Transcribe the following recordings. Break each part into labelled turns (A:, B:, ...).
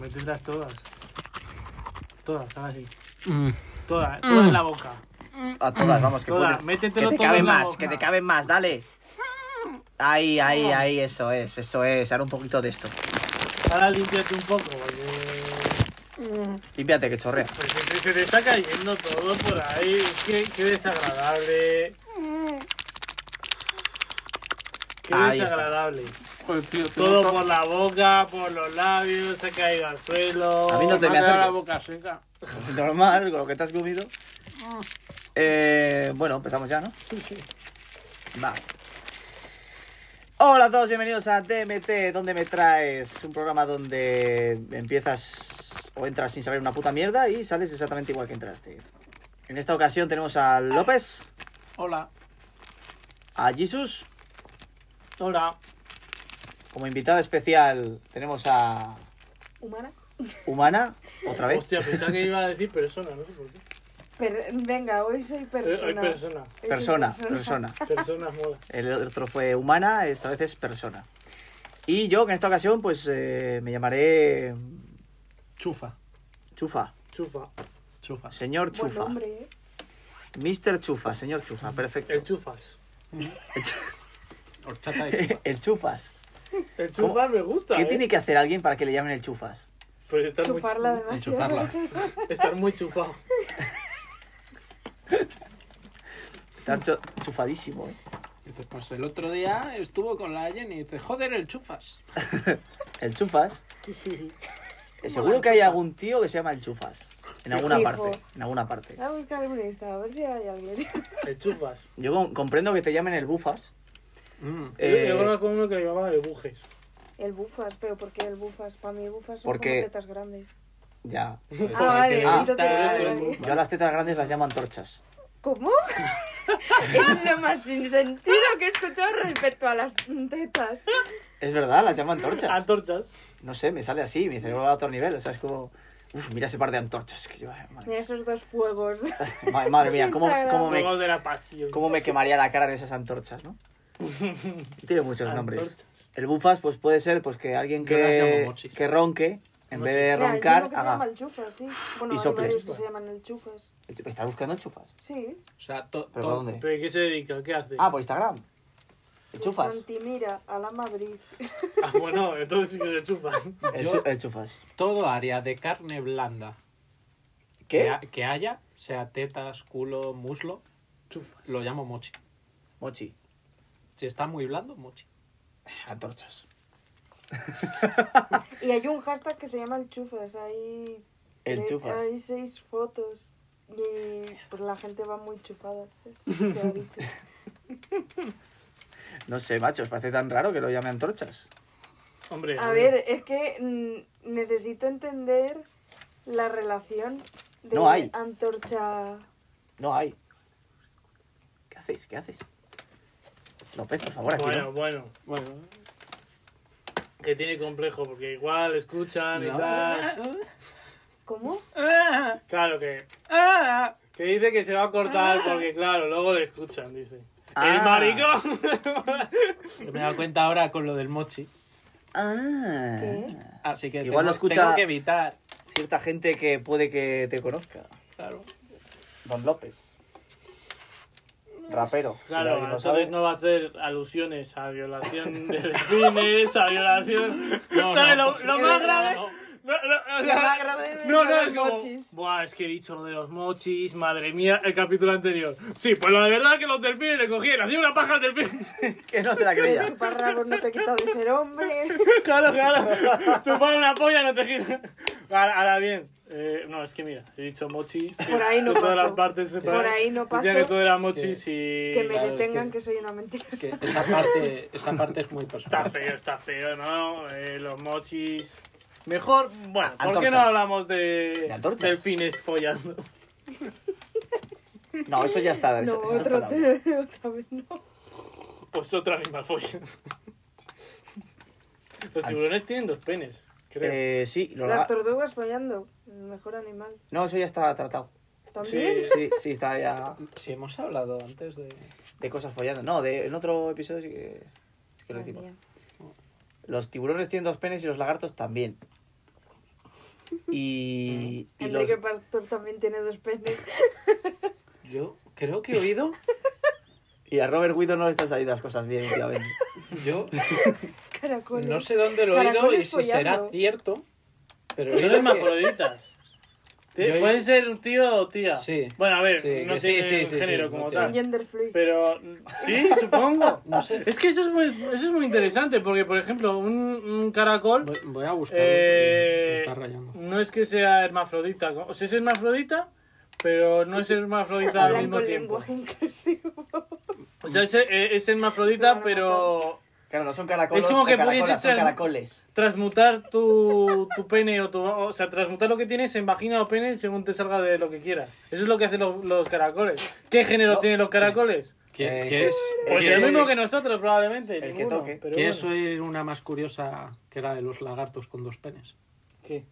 A: me tendrás todas. Todas, ahora sí.
B: Mm.
A: Todas, todas en la boca.
C: A todas, vamos, Mm. que
A: Toda,
C: puedes.
A: métetelo
C: que te
A: todo
C: cabe
A: en la
C: más,
A: boca.
C: que te cabe más, dale. Ahí, ahí, ahí, eso es, eso es. Ahora un poquito de esto.
A: Ahora límpiate un poco, porque
C: Límpiate que chorrea.
A: pues, se, se te está cayendo todo por ahí. Qué, qué desagradable. Qué
C: Ahí está.
A: desagradable.
B: Pues, tío, te
A: Todo
B: toca-
A: por la boca, por los labios, se ha caído al suelo.
C: A mí no te
B: me
C: me
B: ha quedado la
C: acerques.
B: boca seca.
C: Normal, con lo que te has comido. Eh, bueno, empezamos ya, ¿no? Va. Hola a todos, bienvenidos a DMT, donde me traes un programa donde empiezas o entras sin saber una puta mierda y sales exactamente igual que entraste. En esta ocasión tenemos a López,
B: Hola.
C: a Jesus,
A: Hola.
C: como invitada especial tenemos a
D: humana.
C: Humana, otra vez.
A: Hostia, pensaba que iba a decir persona, no sé por qué.
D: Per- venga, hoy soy
A: Pero
D: persona.
A: Hay persona.
D: Hoy soy
C: Persona, persona.
A: Personas mola.
C: El otro fue humana, esta vez es persona. Y yo, que en esta ocasión, pues eh, me llamaré
B: Chufa.
C: Chufa,
A: Chufa.
B: Chufa.
C: señor
D: Buen
C: Chufa,
D: hombre, ¿eh?
C: Mr. Chufa, señor Chufa, perfecto.
A: El chufas.
B: Horchata de
D: Ah,
B: chufa.
C: El Chufas.
A: El
C: ¿Cómo?
A: chufas me gusta.
C: ¿Qué
A: ¿eh?
C: tiene que hacer alguien para que le llamen el Chufas?
A: Pues estar muy,
D: Chufarla eh. demasiado.
B: Enchufarla.
A: estar muy chufado.
C: Está cho- chufadísimo, ¿eh?
B: Dice, pues el otro día estuvo con la Jenny y dice, joder, el chufas.
C: El Chufas.
A: Sí, sí.
C: eh, Seguro que hay algún tío que se llama el Chufas. En alguna
D: Fijo.
C: parte, en alguna parte.
D: Voy a buscar un Insta, a ver si hay alguien.
A: El chufas.
C: Yo com- comprendo que te llamen el Bufas.
B: Mm.
A: Yo-
C: eh,
A: Yo conozco uno que le llamaba el bujes.
D: El bufas, pero ¿por qué el bufas? Para mí bufas son
C: ¿Por qué?
D: como tetas grandes.
C: ya.
B: Pues, ¿a
D: Ah,
B: qué
D: vale,
B: le
C: ah,
B: gusta
D: entonces,
B: el
D: vale,
B: bufa?
C: Yo a las tetas grandes las llamo antorchas.
D: ¿Cómo? es lo más sin sentido que he escuchado respecto a las tetas.
C: Es verdad, las llamo antorchas.
A: Antorchas.
C: no sé, me sale así, mi cerebro va a otro nivel, o sea, es como, uff, mira ese par de antorchas que yo, madre,
D: Mira esos dos fuegos.
C: ma- madre mía, cómo, cómo me,
A: Juegos de la pasión.
C: cómo me quemaría la cara de esas antorchas, ¿no? Tiene muchos nombres.
A: Antorchas.
C: El bufas, pues puede ser, pues que alguien
B: Yo las llamo
C: que,
B: mochis.
C: que ronque, en vez de
D: Mira, hay
C: roncar,
D: uno que se llama
C: haga...
D: el chufas, sí. Bueno,
C: Y
D: hay
C: soples.
D: varios que se llaman el chufas.
C: ¿Está buscando el chufas?
D: Sí.
B: O sea, to-
C: ¿Pero
B: to-
C: por dónde?
A: ¿Pero ¿y qué se dedica? ¿Qué hace?
C: Ah, por Instagram.
D: Pues
C: El chufas.
D: Santimira, a la Madrid.
A: Ah, bueno, entonces sí que se chufan.
C: El,
B: Yo-
C: chu- el chufas.
B: todo área de carne blanda que,
C: ¿Qué?
B: ha- que haya, sea tetas, culo, muslo,
A: Chufas.
B: lo llamo mochi.
C: Mochi.
B: Si está muy blando, mochi.
C: Antorchas.
D: Y hay un hashtag que se llama el chufas. Hay,
C: El
D: tres-
C: chufas.
D: hay seis fotos. Y pues la gente va muy chufada. Se ha dicho.
C: No sé, macho, os parece tan raro que lo llame antorchas.
A: Hombre.
D: A ver, es que mm, necesito entender la relación de
C: No hay.
D: antorcha.
C: No hay. ¿Qué hacéis? ¿Qué hacéis? López, por favor, aquí
A: Bueno,
C: no.
A: bueno.
B: Bueno, ¿eh?
A: Que tiene complejo, porque igual escuchan y tal.
D: ¿Cómo?
B: Ah,
A: Claro que. Que dice que se va a cortar porque, claro, luego le escuchan, dice.
C: Ah.
A: ¡El maricón!
B: me he dado cuenta ahora con lo del mochi.
C: Ah.
D: ¿Qué?
B: Así que
C: Igual
B: tengo,
C: lo escucha-
B: tengo que evitar.
C: Cierta gente que puede que te conozca.
B: Claro.
C: Don López. Rapero. si
A: Claro,
C: alguien lo
A: entonces
C: sabe.
A: no va a hacer alusiones a violación de delfines, a violación.
B: No,
A: ¿Sabes?
B: no,
A: lo,
B: por
A: lo
D: supuesto
A: más
D: que
A: grave.
B: no.
A: No, no, o
D: Lo
A: sea,
D: más grave
A: no,
D: es
A: no,
D: lo de
A: es
D: los
A: como,
D: mochis.
A: Buah, es que he dicho lo de los mochis, madre mía, el capítulo anterior. Sí, pues la verdad es que los delfines le cogían, hacía una paja al delfín.
C: que no se la
D: El
C: creía.
D: chuparrabos no te quita de ser hombre.
A: claro, claro. Chupar una polla no te gira. Ahora, ahora bien, eh, no, es que mira, he dicho mochis. que
D: Por ahí no
A: de todas
D: pasó.
A: las partes se
D: Por
A: para-
D: ahí no
A: decía
D: pasó.
A: que todo era mochis y.
D: que me
B: claro, es
D: detengan
B: que-
D: que... soy una
B: Es que
D: mentirosa.
B: esa parte, esa parte es muy
A: Está
B: personal.
A: feo, está feo, ¿no? Eh, los mochis. Mejor, bueno,
C: Ah,
A: ¿por qué
C: antorchas.
A: no hablamos de,
C: De antorchas.
A: delfines follando?
C: No, eso ya está.
D: No,
C: Eso, eso está
D: otro
C: dado.
D: otra vez no.
A: Pues otra misma folla. Los tiburones tienen dos penes, creo.
C: Eh, sí, lo
D: Las
C: la-
D: tortugas follando, el mejor animal.
C: No, eso ya está tratado.
D: También.
C: Sí, sí, está ya
B: Si hemos hablado antes de.
C: de cosas follando. No, de, en otro episodio sí que, sí que lo
D: Madre
C: decimos.
D: mía.
C: Los tiburones tienen dos penes y los lagartos también.
E: Y, y los-
D: Enrique Pastor también tiene dos penes.
B: Yo creo que he oído.
E: y a Robert Guido no le están saliendo las cosas bien últimamente.
B: Yo
D: Caracoles.
B: no sé dónde lo he oído y
D: Caracoles
B: si será
D: follando.
B: cierto. Pero he
A: Son
B: oído que-
A: hermafroditas. Te-
B: Yo-
A: Pueden ser un tío o tía.
B: Sí.
A: Bueno, a ver,
B: Sí,
A: no
B: que sí,
A: tiene
B: sí, sí, sí,
A: género
B: no
A: como
B: tiene.
A: tal.
D: Gender fluid.
A: Pero sí, supongo.
B: No sé.
A: Es que eso es muy, eso es muy interesante porque, por ejemplo, un, un caracol
B: Voy, voy a buscarlo.
A: Eh,
B: porque Me está rayando.
A: no es que sea hermafrodita. O sea, es hermafrodita, pero no es hermafrodita al
D: Hablan
A: mismo
D: con
A: tiempo.
D: lenguaje inclusivo.
A: O sea, es, eh, es
D: Lo
A: hermafrodita,
D: van a
A: pero
C: Claro, no son caracoles,
A: Es como que
C: o caracolas,
A: pudiese
C: son
A: ser-
C: caracoles.
A: transmutar tu, tu pene o tu... O sea, transmutar lo que tienes en vagina o pene según te salga de lo que quieras. Eso es lo que hacen los, los caracoles. ¿Qué género tienen los caracoles?
B: ¿Qué,
C: Eh,
B: qué es?
C: el
A: Pues
C: que-
A: el mismo que nosotros, probablemente.
C: el que
A: ninguno,
C: toque.
A: pero
B: que
A: bueno.
B: soy una más curiosa que la de los lagartos con dos penes.
A: ¿Qué?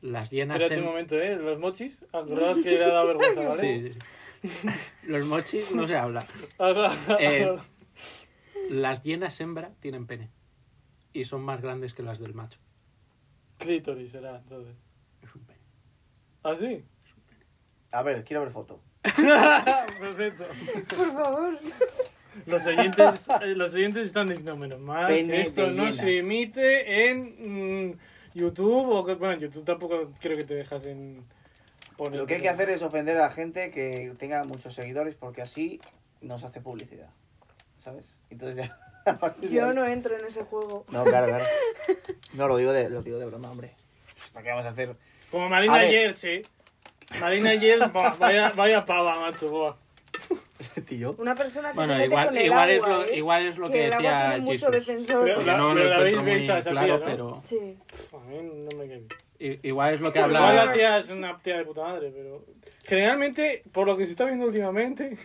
B: Las hienas
A: Espérate
B: en...
A: un momento, ¿eh? Los mochis, acordaos que le ha dado vergüenza, ¿vale?
B: Sí, sí, sí. Los mochis no se habla.
A: Ahora-
B: Eh, Las hienas hembra tienen pene. Y son más grandes que las del macho.
A: Clítoris será, entonces.
B: Es un pene.
A: ¿Ah, sí?
C: A ver, quiero ver foto.
A: Perfecto.
D: Por favor.
A: Los oyentes, eh, los oyentes están diciendo, menos mal, que
C: Pene de
A: esto no
C: hiena.
A: se emite en mm, YouTube o... que- Bueno, YouTube tampoco creo que te dejas en... Poner
C: Lo que hay que hacer es ofender a la gente que tenga muchos seguidores porque así nos hace publicidad. ¿Sabes? Entonces ya. a partir de
D: Yo
C: ahí-
D: no entro en ese juego.
C: No, claro, claro. No, lo digo de, lo digo de broma, hombre. ¿Para qué vamos a hacer?
A: Como
C: A
A: Marina
C: ver.
A: ayer, sí. Marina ayer, buah, vaya, vaya pava, macho, buah.
C: Tío.
D: Una persona que se
B: Bueno,
D: mete
B: igual,
D: con el
B: igual,
D: agua,
B: es lo,
D: ¿eh?
B: igual es lo que,
D: el agua
B: decía
D: tiene mucho
B: Jesús.
D: defensor.
A: Pero-
B: Porque
A: La-
B: no lo
A: pero la
B: encuentro
A: habéis
B: muy
A: visto a esa
B: claro,
A: tía, ¿no?
B: pero
D: Sí.
A: A mí no me cae bien.
B: i- igual es lo que
A: Igual
B: hablaba.
A: la tía es una tía de puta madre, pero... Generalmente, por lo que se está viendo últimamente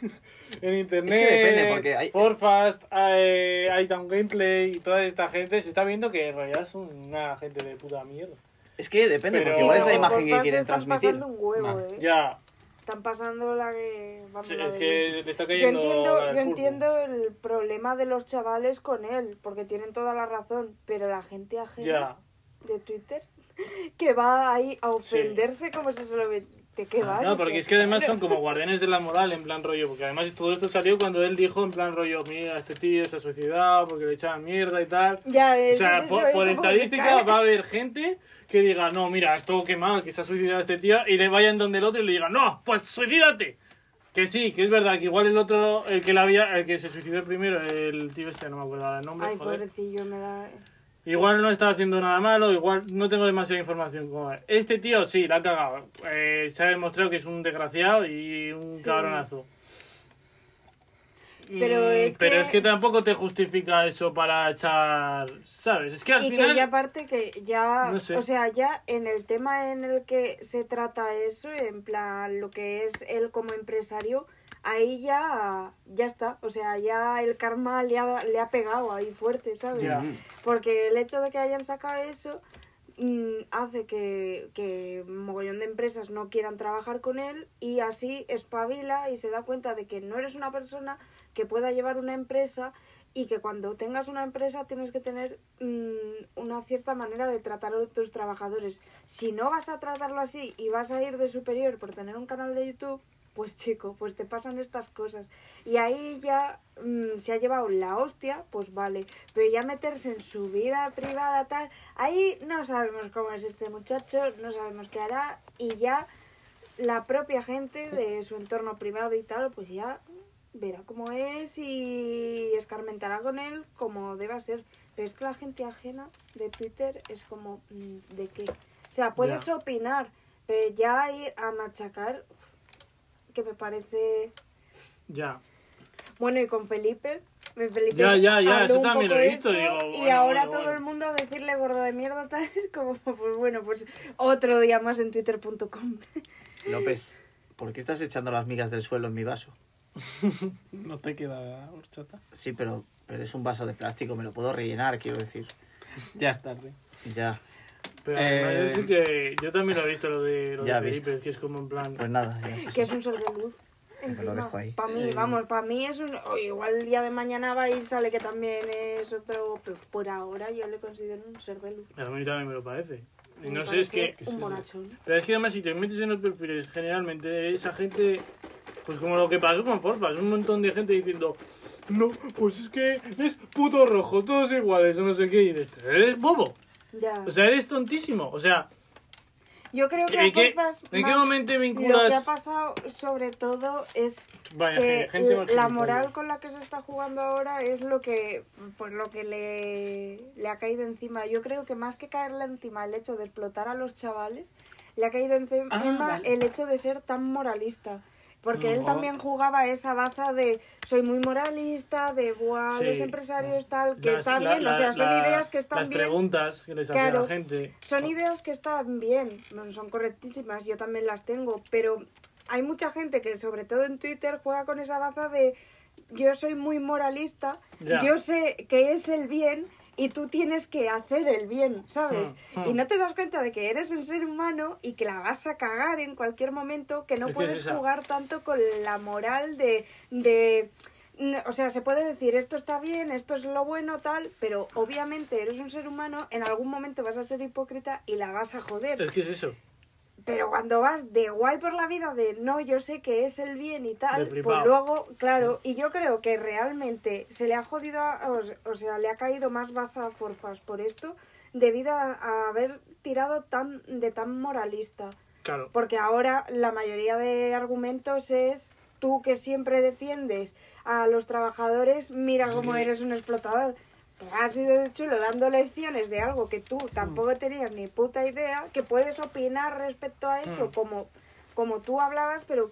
A: en internet,
C: depende, porque hay-
A: Forfast, eh, hay Down Gameplay y toda esta gente, se está viendo que en realidad es una gente de puta mierda.
C: Es que depende,
A: Pero-
C: porque igual es
D: Sí,
C: la
D: pero
C: imagen
D: por
C: que
D: paso
C: quieren
D: están
C: transmitir.
D: pasando un huevo,
B: Vale.
D: ¿eh?
A: Ya,
D: Están pasando la que... Vamos, la
A: es
D: de-
A: que le está
D: Yo
A: cayendo...
D: entiendo,
A: la del
D: yo
A: pulpo.
D: entiendo el problema de los chavales con él, porque tienen toda la razón, pero la gente ajena
A: Ya,
D: de Twitter que va ahí a ofenderse como si se lo ve- ¿De qué va?
A: Ah, No, porque es que además son como guardianes de la moral, en plan rollo. Porque además todo esto salió cuando él dijo, en plan rollo, mira, este tío se ha suicidado porque le echaban mierda y tal. O
D: Ya, es-
A: sea,
D: es-
A: por,
D: es
A: por
D: como que
A: estadística
D: cae.
A: va a haber gente que diga, no, mira, esto qué mal, que se ha suicidado este tío, y le vayan donde el otro y le digan, no, pues suicídate. Que sí, que es verdad, que igual el otro, el que la había, el que se suicidó primero, el tío este, no me acuerdo ahora el nombre,
D: Ay,
A: joder.
D: pobrecillo, me da...
A: Igual no está haciendo nada malo, igual no tengo demasiada información. Como este tío sí, la ha cagado. Eh, se ha demostrado que es un desgraciado y un
D: Sí.
A: cabronazo.
D: Pero
A: Mm,
D: es
A: pero
D: que-
A: es que tampoco te justifica eso para echar, ¿sabes? Es que al
D: y
A: final
D: que ya aparte que ya
A: No sé.
D: o sea ya en el tema en el que se trata eso en plan lo que es él como empresario ahí ya ya está o sea ya el karma le ha, le ha pegado ahí fuerte sabes
A: Ya.
D: porque el hecho de que hayan sacado eso mm, hace que, que mogollón de empresas no quieran trabajar con él y así espabila y se da cuenta de que no eres una persona que pueda llevar una empresa y que cuando tengas una empresa tienes que tener mm, una cierta manera de tratar a tus trabajadores. Si no vas a tratarlo así y vas a ir de superior por tener un canal de YouTube, pues chico, pues te pasan estas cosas. Y ahí ya mm, se ha llevado la hostia, pues vale. Pero ya meterse en su vida privada tal, ahí no sabemos cómo es este muchacho, no sabemos qué hará y ya la propia gente de su entorno privado y tal, pues ya verá cómo es y escarmentará con él como deba ser. Pero es que la gente ajena de Twitter es como, mm, ¿de qué? O sea, puedes opinar, pero ya ir a machacar, que me parece...
A: ya.
D: Bueno, y con Felipe. me Felipe
A: Ya, ya, ya,
D: habló
A: eso
D: un
A: también
D: poco
A: lo he
D: de
A: visto,
D: esto,
A: digo,
D: y
A: bueno,
D: ahora
A: bueno,
D: todo
A: bueno.
D: el mundo a decirle gordo de mierda, tal. Es como, pues bueno, pues otro día más en twitter.com.
C: López, ¿por qué estás echando las migas del suelo en mi vaso?
B: No te queda horchata.
C: Sí, pero, pero es un vaso de plástico, me lo puedo rellenar, quiero decir.
B: Ya es tarde.
C: Ya,
A: Pero
B: Eh,
A: además es decir que yo también lo he visto lo de, lo de
C: ya he
A: Felipe,
C: visto.
A: que es como en plan...
C: pues nada, ya sí, sí.
D: que es un sol de luz.
C: lo dejo ahí. Eh.
D: Para mí, vamos, para mí es un. o igual el día de mañana va y sale que también es otro. Pero por ahora yo le considero un ser de luz.
A: A mí también me lo parece.
D: Me
A: No sé, es
D: parece
A: que-
D: Un bonachón.
A: Pero es que además si te metes en los perfiles, generalmente esa gente, pues como lo que pasó con Forfas, un montón de gente diciendo, no, pues es que es puto rojo, todos iguales, o no sé qué, y dices, "Pero eres bobo,
D: Ya.
A: o sea, eres tontísimo, o sea,
D: Yo creo que
A: ¿en
D: a
A: qué,
D: Forfas
A: en
D: más
A: qué momento
D: Lo que ha
A: vinculas
D: pasado, sobre todo, es
A: Vaya,
D: que
A: gen- gente
D: l- la
A: marginal.
D: moral con la que se está jugando ahora es lo que por lo que le, le ha caído encima. Yo creo que más que caerle encima el hecho de explotar a los chavales, le ha caído encima
B: vale.
D: el hecho de ser tan moralista. Porque él
B: No.
D: también jugaba esa baza de soy muy moralista, de guau, los
A: Sí,
D: empresarios tal, que
A: las-
D: está
A: la-
D: bien, o
A: la-
D: sea, son
A: la-
D: ideas que están
A: Las
D: bien,
A: preguntas que les hacía
D: Claro.
A: la gente.
D: son ideas que están bien, no son correctísimas, yo también las tengo, pero hay mucha gente que, sobre todo en Twitter, juega con esa baza de yo soy muy moralista,
A: Ya.
D: yo sé que es el bien y tú tienes que hacer el bien, ¿sabes?
A: Hmm, hmm.
D: Y no te das cuenta de que eres un ser humano y que la vas a cagar en cualquier momento, que no
A: Es que es
D: puedes
A: esa.
D: jugar tanto con la moral de... de no, o sea, se puede decir esto está bien, esto es lo bueno, tal, pero obviamente eres un ser humano, en algún momento vas a ser hipócrita y la vas a joder.
A: Es que es eso.
D: Pero cuando vas de guay por la vida, de no, yo sé que es el bien y
A: De
D: tal, pues
A: flipao.
D: luego, claro, y yo creo que realmente se le ha jodido, a- o, o sea, le ha caído más baza a Forfas por esto, debido a, a haber tirado tan de tan moralista.
A: Claro.
D: Porque ahora la mayoría de argumentos es tú que siempre defiendes a los trabajadores, mira cómo eres un explotador. Pues Has sido de chulo dando lecciones de algo que tú tampoco tenías ni puta idea, que puedes opinar respecto a eso
A: Mm.
D: como, como tú hablabas, pero,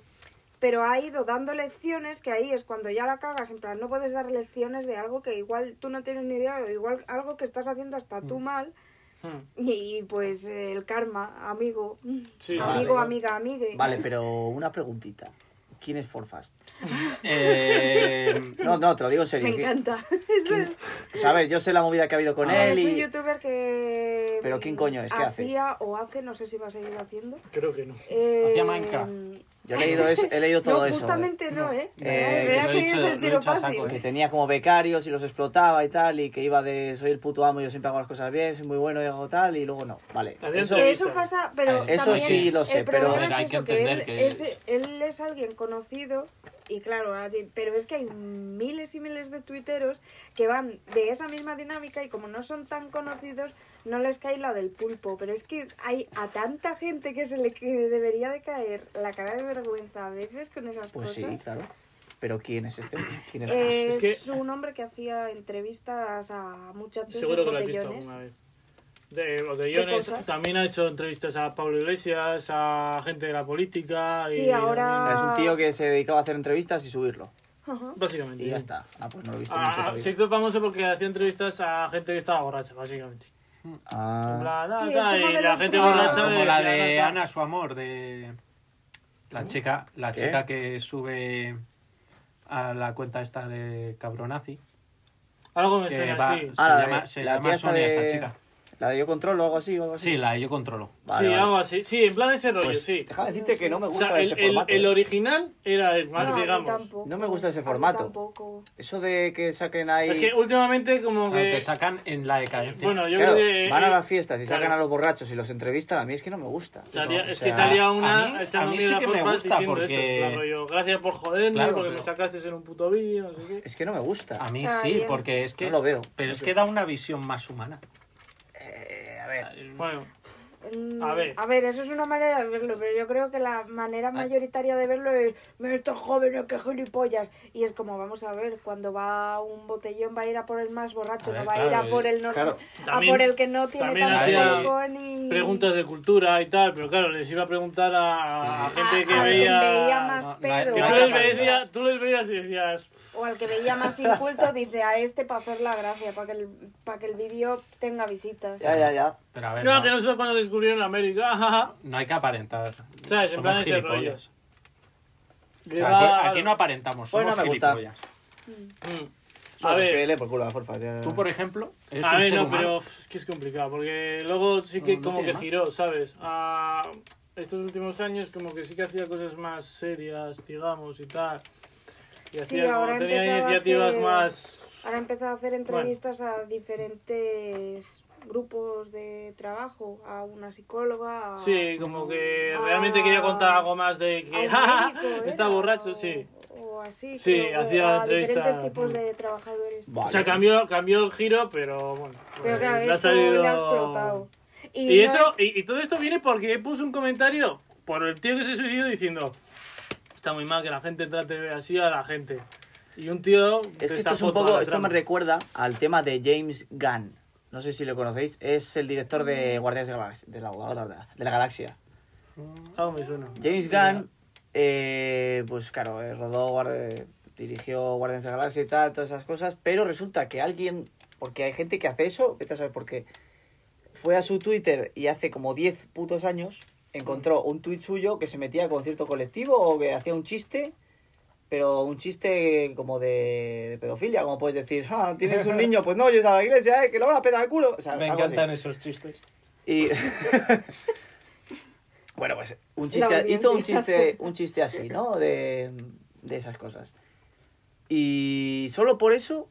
D: pero ha ido dando lecciones que ahí es cuando ya la cagas, en plan, no puedes dar lecciones de algo que igual tú no tienes ni idea, o igual algo que estás haciendo hasta tú mal,
A: Hmm.
D: y pues eh, el karma, amigo.
A: Sí,
E: Ah,
D: Amigo,
E: vale.
D: amiga, amigue.
E: Vale, pero una preguntita. ¿Quién es Forfast?
B: Eh,
E: No, no, te lo digo en serio.
D: Me
E: ¿Qui-
D: encanta.
E: quién- O sea, a ver, yo sé la movida que ha habido con
B: Ah,
E: él
D: es un
E: y...
D: youtuber que.
E: ¿Pero quién coño es? ¿Qué hace?
D: Hacía o hace, no sé si va a seguir haciendo.
A: Creo que no.
D: eh,
B: Hacía Minecraft.
E: Yo he leído, eso- he leído todo
D: no,
E: eso.
D: justamente no, ¿eh?
B: No,
E: eh,
D: Eh,
E: que
D: verás
B: lo he
D: que
B: dicho-
D: es
B: lo he
D: el tiro
B: dicho a
D: fácil.
B: saco,
E: que
B: ¿eh?
E: tenía como becarios y los explotaba y tal, y que iba de soy el puto amo, yo siempre hago las cosas bien, soy muy bueno y hago tal, y luego no. Vale.
A: Adiós,
E: Eso,
A: David.
D: Eso pasa, pero
B: Eso
D: también
E: sí lo sé,
D: el
E: pero-
D: problema
B: Pero hay
D: es
B: que
D: eso,
B: entender
D: él,
B: que
D: es,
B: es-
D: él es alguien conocido y claro, allí- pero es que hay miles y miles de tuiteros que van de esa misma dinámica y como no son tan conocidos, no les cae la del pulpo. Pero es que hay a tanta gente que se le que debería de caer la cara de vergüenza a veces con esas
E: pues sí,
D: cosas.
E: claro. Pero ¿quién es este? ¿Quién es
D: Eh,
A: Es
D: Es,
A: que-
D: un hombre que hacía entrevistas a muchachos
A: Seguro
D: en
A: que lo has visto
D: botellones.
A: alguna vez. De botellones.
D: cosas?
A: También ha hecho entrevistas a Pablo Iglesias, a gente de la política.
D: Sí,
A: y
D: ahora-
E: O sea, es un
D: ah.
E: tío que se dedicaba a hacer entrevistas y subirlo.
D: Ajá.
A: también- Básicamente.
E: Y ya está. Ah, pues no
C: este
E: lo he visto nunca en
A: Ah,
E: la vida.
A: se hizo famoso porque hacía entrevistas a gente que estaba borracha, básicamente.
E: Ah.
A: Bla, bla,
D: Sí, es
A: bla,
D: como
A: y
D: de
A: la
D: los
A: gente
D: primeros.
A: borracha
D: Como
A: le
B: ah, como la
A: decía,
B: de
A: "No,
B: Ana, su amor, de la chica, la
E: ¿Qué?
B: chica que sube a la cuenta esta de cabronazi.
A: no". Algo me
B: Que
A: suena
B: va,
A: así.
B: se
E: Ah, la de-
B: llama, se
E: la
B: llama
E: tía esta
B: Sonia
E: de-
B: esa chica.
E: La de yo controlo o algo así. o algo así.
B: Sí, la de yo controlo.
E: Vale,
A: sí,
E: vale.
A: algo así. Sí, en plan ese rollo,
E: Pues,
A: sí.
C: Déjame decirte que no me
A: O
C: gusta
A: sea, el,
C: ese
A: el-
C: formato.
E: ¿eh?
A: el original era el más,
D: No, a mí
A: digamos.
D: tampoco.
E: No me gusta ese
D: A mí
E: formato.
D: Tampoco.
E: Eso de que saquen ahí...
A: Es que últimamente como
B: Claro,
A: que...
B: te sacan en la decadencia.
A: Bueno, yo
E: Claro,
A: creo que...
E: van a
A: eh,
E: las fiestas y
A: claro.
E: sacan a los borrachos y los entrevistan. A mí es que no me gusta.
A: Salía-
E: O
A: es
E: sea,
A: que salía
B: a mí-
A: una
B: a
A: echando
B: mí
A: mierda
B: sí
A: a
B: que me
A: Forfas
B: gusta
A: diciendo eso,
B: porque-
A: claro, yo, gracias por joderme,
B: Claro,
A: porque me
B: pero-
A: sacaste en un puto vídeo, no sé qué.
E: Es que no me gusta.
B: A mí
D: Ah,
B: sí,
D: bien.
B: porque es que.
E: No lo veo.
B: Pero
E: No
B: es
E: sé.
B: que da una visión más humana.
E: Eh, a ver.
A: Bueno,
D: Mm,
A: A ver.
D: eso es una manera de verlo, pero yo creo que la manera mayoritaria de verlo es, "Mira estos jóvenes, que gilipollas. Y es como, vamos a ver, cuando va un botellón va a ir a por el más borracho,
B: A ver,
D: no va a ir
B: claro,
D: a por el no,
E: claro.
D: a
A: También-
D: por el que no tiene
A: también
D: tanto
B: había
D: alcohol y
A: preguntas de cultura y tal, pero claro, les iba a preguntar a, a
D: Ah, a-
A: gente que
D: al
A: veía...
D: que veía más
B: No, no hay-
D: pedo
A: Que
B: no
A: tú
B: hay
A: les,
B: capacidad.
A: veías, tú les veías y decías...
D: o al que veía más inculto dice a este para hacer la gracia, para que el, para que el vídeo tenga visitas.
E: Ya, ya, ya.
B: Pero a ver.
A: No,
B: no-
A: que no sé cuando descubrieron América. ajá".
B: no hay que aparentar.
A: ¿Sabes? En
B: Somos
A: plan ese
B: gilipollas.
A: Que
B: Aquí,
A: va-
B: aquí no aparentamos,
E: Pues no
B: somos
E: me gusta.
B: gilipollas.
A: Mm.
C: No,
A: A
C: pues que
A: ver,
C: dele por culo a Forfas. ya.
B: Tú, por ejemplo, eres
A: a
B: un
A: ver,
B: ser
A: no,
B: humano.
A: pero uf, es que es complicado, porque luego sí que
B: No, no
A: como
B: tiene
A: que
B: más.
A: giró, ¿sabes? A estos últimos años como que sí que hacía cosas más serias, digamos, y tal. Y
D: Sí,
A: hacía como-
D: ahora
A: tenía
D: empezaba a
A: iniciativas
D: hacer-
A: más...
D: Ahora he empezado a hacer entrevistas a diferentes grupos de trabajo, a una psicóloga. A,
A: Sí, como que
D: Ah.
A: realmente quería contar algo más de
D: a
A: que
D: un médico, ¿eh?
A: está
D: era,
A: borracho,
D: o-
A: sí.
D: O así.
A: Sí,
D: creo, o
A: hacía
D: a
A: entrevistas,
D: diferentes tipos
A: mm.
D: de trabajadores.
C: Vale.
A: O sea, cambió, cambió el giro, pero bueno.
D: Pero
A: pues,
D: claro,
A: le
D: esto le ha explotado.
A: Y,
D: no
A: eso,
D: es-
A: y, y todo esto viene porque puso un comentario por el tío que se suicidó diciendo está muy mal que la gente trate así a la gente. Y un tío
C: Es
A: está
C: que esto es un
A: foto a
C: poco,
A: la
C: esto me
A: trama.
C: recuerda al tema de James Gunn. No sé si lo conocéis, es el director
A: Mm.
C: de Guardianes de la Galaxia- de la, de la Galaxia.
A: Algo me suena.
C: James Gunn, eh, pues claro, eh, rodó, guarde- dirigió Guardianes de la Galaxia y tal, todas esas cosas, pero resulta que alguien, porque hay gente que hace eso, vete a saber por qué, fue a su Twitter y hace como 10 putos años encontró
B: Mm.
C: un tuit suyo que se metía con cierto colectivo o que hacía un chiste, pero un chiste como de, de pedofilia, como puedes decir, ah, tienes un niño, pues no, yo a la iglesia, eh, que lo van a petar al culo. O sea,
B: Me
C: algo así.
B: encantan esos chistes.
C: Y. bueno, pues. Un
D: La
C: chiste,
D: audiencia.
C: hizo un chiste, un chiste así, ¿no? De, de esas cosas. Y solo por eso.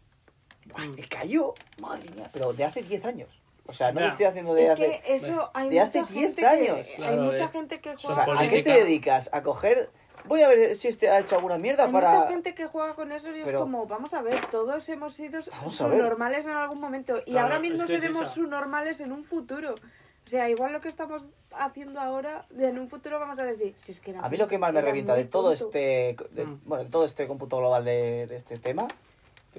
C: ¡buah,
D: Mm.
C: me cayó, madre mía, pero de hace 10 años. O sea, no
A: Ya.
C: lo estoy haciendo de
D: Es
C: hace.
D: que eso hay
C: de hace
D: mucha
C: 10
D: gente
C: años.
D: que,
B: Claro,
D: hay mucha
A: eh,
B: de-
D: gente que
C: O
D: juega
C: sea,
D: con
C: ¿a qué te
B: política.
C: dedicas? ¿A coger.? Voy a ver si este ha hecho alguna mierda
D: Hay
C: para.
D: mucha gente que juega con eso y es
C: Pero-
D: como, vamos a ver, todos hemos sido
C: Vamos a ver.
D: subnormales en algún momento y
A: Claro,
D: ahora mismo
A: es que es
D: seremos
A: esa.
D: subnormales en un futuro. O sea, igual lo que estamos haciendo ahora, en un futuro vamos a decir, si es que era
C: A mí lo que más me
D: era
C: revienta
D: muy
C: de todo
D: tonto".
C: este de-
A: Mm.
C: bueno, de todo este cómputo global de, de este tema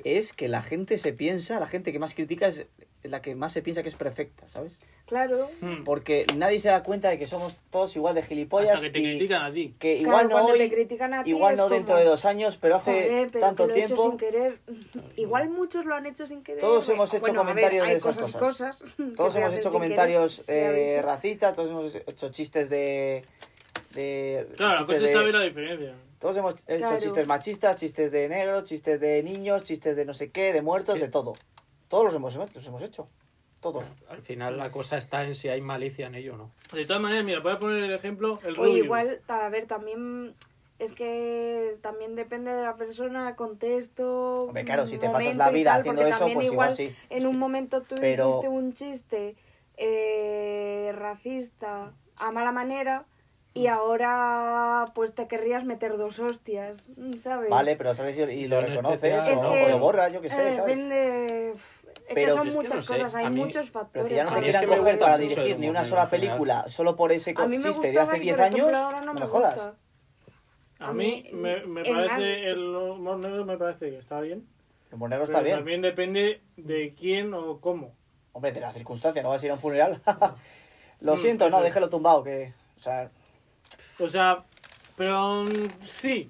C: es que la gente se piensa, la gente que más critica es la que más se piensa que es perfecta, ¿sabes?
D: Claro.
A: Hmm.
C: Porque nadie se da cuenta de que somos todos igual de gilipollas
A: Hasta que te
C: y
A: critican a ti.
C: que
D: Claro,
C: igual no
D: cuando
C: hoy,
D: te critican a ti
C: igual
D: es
C: no dentro
D: como,
C: de dos años, pero hace
D: Joder, pero
C: tanto
D: que lo he hecho
C: tiempo
D: sin querer. Igual muchos lo han hecho sin querer.
C: Todos
D: güey.
C: hemos hecho
D: Bueno, a ver,
C: comentarios de
D: hay
C: esas
D: cosas, y
C: cosas.
D: cosas que
C: todos
D: se
C: hemos
D: hacen
C: hecho
D: sin querer,
C: comentarios
D: se ha
C: eh,
D: dicho.
C: racistas, todos hemos hecho chistes de de
A: Claro, la
C: chistes
A: cosa es
C: de-
A: saber la diferencia.
C: Todos hemos hecho
D: Claro.
C: chistes machistas, chistes de negros, chistes de niños, chistes de no sé qué, de muertos,
B: Eh.
C: de todo. Todos los hemos, los hemos hecho. Todos.
B: Al final la cosa está en si hay malicia en ello o no.
A: De todas maneras, mira, voy a poner el ejemplo, el
D: Oye,
A: Rubius.
D: igual, ta- a ver, también es que también depende de la persona, contexto.
C: Hombre, claro, si te
D: momento
C: pasas la
D: y
C: vida
D: tal,
C: haciendo
D: porque
C: eso,
D: también
C: pues igual sí.
D: En un momento tú
C: Pero-
D: hiciste un chiste eh, racista a mala manera
C: Mm.
D: y ahora pues te querrías meter dos hostias, mm, ¿sabes?
C: Vale, pero sales y, y lo
B: No es
C: reconoces
B: especial,
C: o,
D: ¿no?
C: o lo borras, yo qué
D: pues Eh,
C: sé, ¿sabes?
D: Depende. f- Es
C: Pero-
D: que son
B: Es que no
D: muchas
B: sé,
D: cosas, hay
B: a mí-
D: muchos factores.
C: Pero que ya no
B: A
C: te
B: mí
D: ver,
B: es
C: quieran
B: que me
C: coger
B: gusta
C: para
B: mucho el
C: dirigir ni
B: humor
C: una
B: negro
C: sola
B: en general.
C: película solo por ese
D: a mí me
C: chiste de
D: gustaba
C: hace
D: y,
C: 10
D: por ejemplo,
C: años,
D: ahora
C: no
D: no
C: me,
D: me
C: jodas.
D: gusta.
A: A mí me, me
D: el más
A: parece,
D: listo.
A: el humor negro me parece que está bien.
C: El monero está
A: pero
C: bien.
A: También depende de quién o cómo.
C: Hombre, de la circunstancia, no vas a ir a un funeral. lo
A: Mm,
C: siento, no,
A: eso es.
C: déjalo tumbado, que... O sea,
A: O sea, pero mm, sí.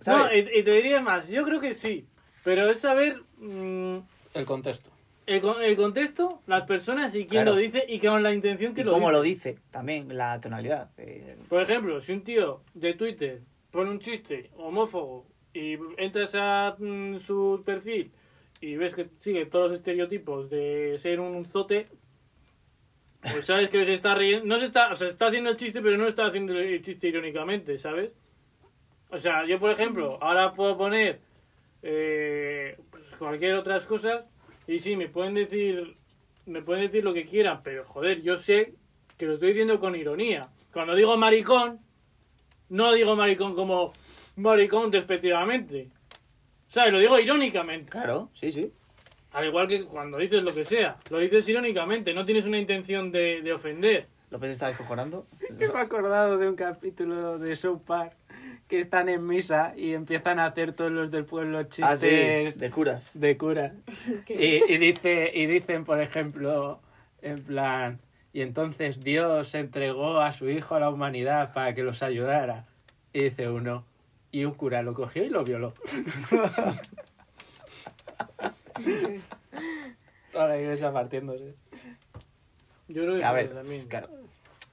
C: ¿sabes?
A: No, y, y te diría más, yo creo que sí. Pero es saber mm,
B: El contexto.
A: el, con- el contexto, las personas y quién
C: Claro.
A: lo dice y con la intención que
C: y
A: lo
C: cómo
A: dice.
C: lo dice, también la tonalidad. eh,
A: Por ejemplo, si un tío de Twitter pone un chiste homófobo y entras a mm, su perfil y ves que sigue todos los estereotipos de ser un zote, pues sabes que se está riendo, no se está, o sea, está haciendo el chiste, pero no está haciendo el chiste irónicamente, ¿sabes? O sea, yo por ejemplo, ahora puedo poner eh, pues, cualquier otras cosas y sí, me pueden decir me pueden decir lo que quieran, pero joder, yo sé que lo estoy diciendo con ironía. Cuando digo maricón, no digo maricón como maricón despectivamente. ¿Sabes? Lo digo irónicamente.
C: Claro, sí, sí.
A: Al igual que cuando dices lo que sea, lo dices irónicamente, no tienes una intención de, de ofender.
C: López está descojonando. Ah,
B: Yo me he acordado de un capítulo de South Park que están en misa y empiezan a hacer todos los del pueblo
C: Ah, sí,
B: chistes
C: de curas.
B: de cura. Y, y dice, y dicen, por ejemplo, en plan, y entonces Dios entregó a su hijo a la humanidad para que los ayudara. Y dice uno, y un cura lo cogió y lo violó.
D: Pues,
B: Toda la iglesia partiéndose.
A: Yo creo que
C: A
A: sí,
C: ver,
A: también.
C: claro.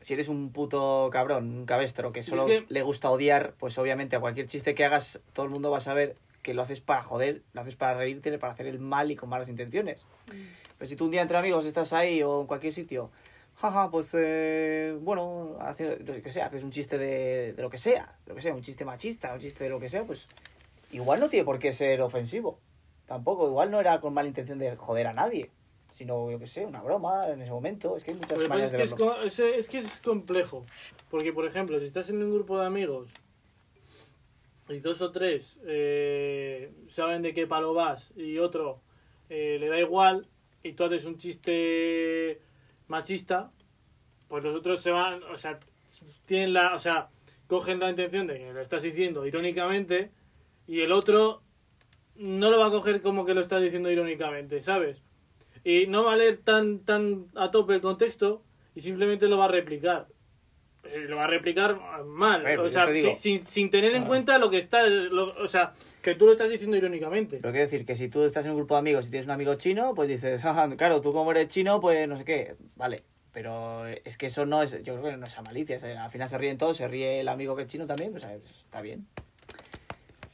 C: Si eres un puto cabrón, un cabestro que solo
A: Es que-
C: le gusta odiar, pues obviamente a cualquier chiste que hagas, todo el mundo va a saber que lo haces para joder, lo haces para reírte, para hacer el mal y con malas intenciones.
A: Mm.
C: Pero si tú un día entre amigos estás ahí o en cualquier sitio, jaja, pues eh, bueno, hace, lo que sea, haces un chiste de, de lo que sea, lo que sea, un chiste machista, un chiste de lo que sea, pues igual no tiene por qué ser ofensivo. Tampoco, igual no era con mala intención de joder a nadie. sino, yo qué sé, una broma en ese momento. Es que hay muchas
A: Lo que pasa
C: maneras
A: es
C: de
A: que es,
C: verlo.
A: co- es- es que es complejo. Porque, por ejemplo, si estás en un grupo de amigos y dos o tres eh, saben de qué palo vas y otro eh, le da igual y tú haces un chiste machista, pues los otros se van, o sea, tienen la, o sea, cogen la intención de que lo estás diciendo irónicamente y el otro no lo va a coger como que lo estás diciendo irónicamente, ¿sabes? y no va a leer tan, tan a tope el contexto y simplemente lo va a replicar. Eh, Lo va a replicar mal,
C: A ver,
A: o
C: pues yo
A: sea,
C: te digo.
A: sin, sin- sin tener en cuenta lo que está, lo- o sea, que tú lo estás diciendo irónicamente.
C: Pero quiero decir que si tú estás en un grupo de amigos y tienes un amigo chino, pues dices, "Ajá, claro, tú como eres chino, pues no sé qué, vale. Pero es que eso no es, yo creo que no es a malicia, es- eh, al final se ríen todos, se ríe el amigo que es chino también, pues a ver, está bien.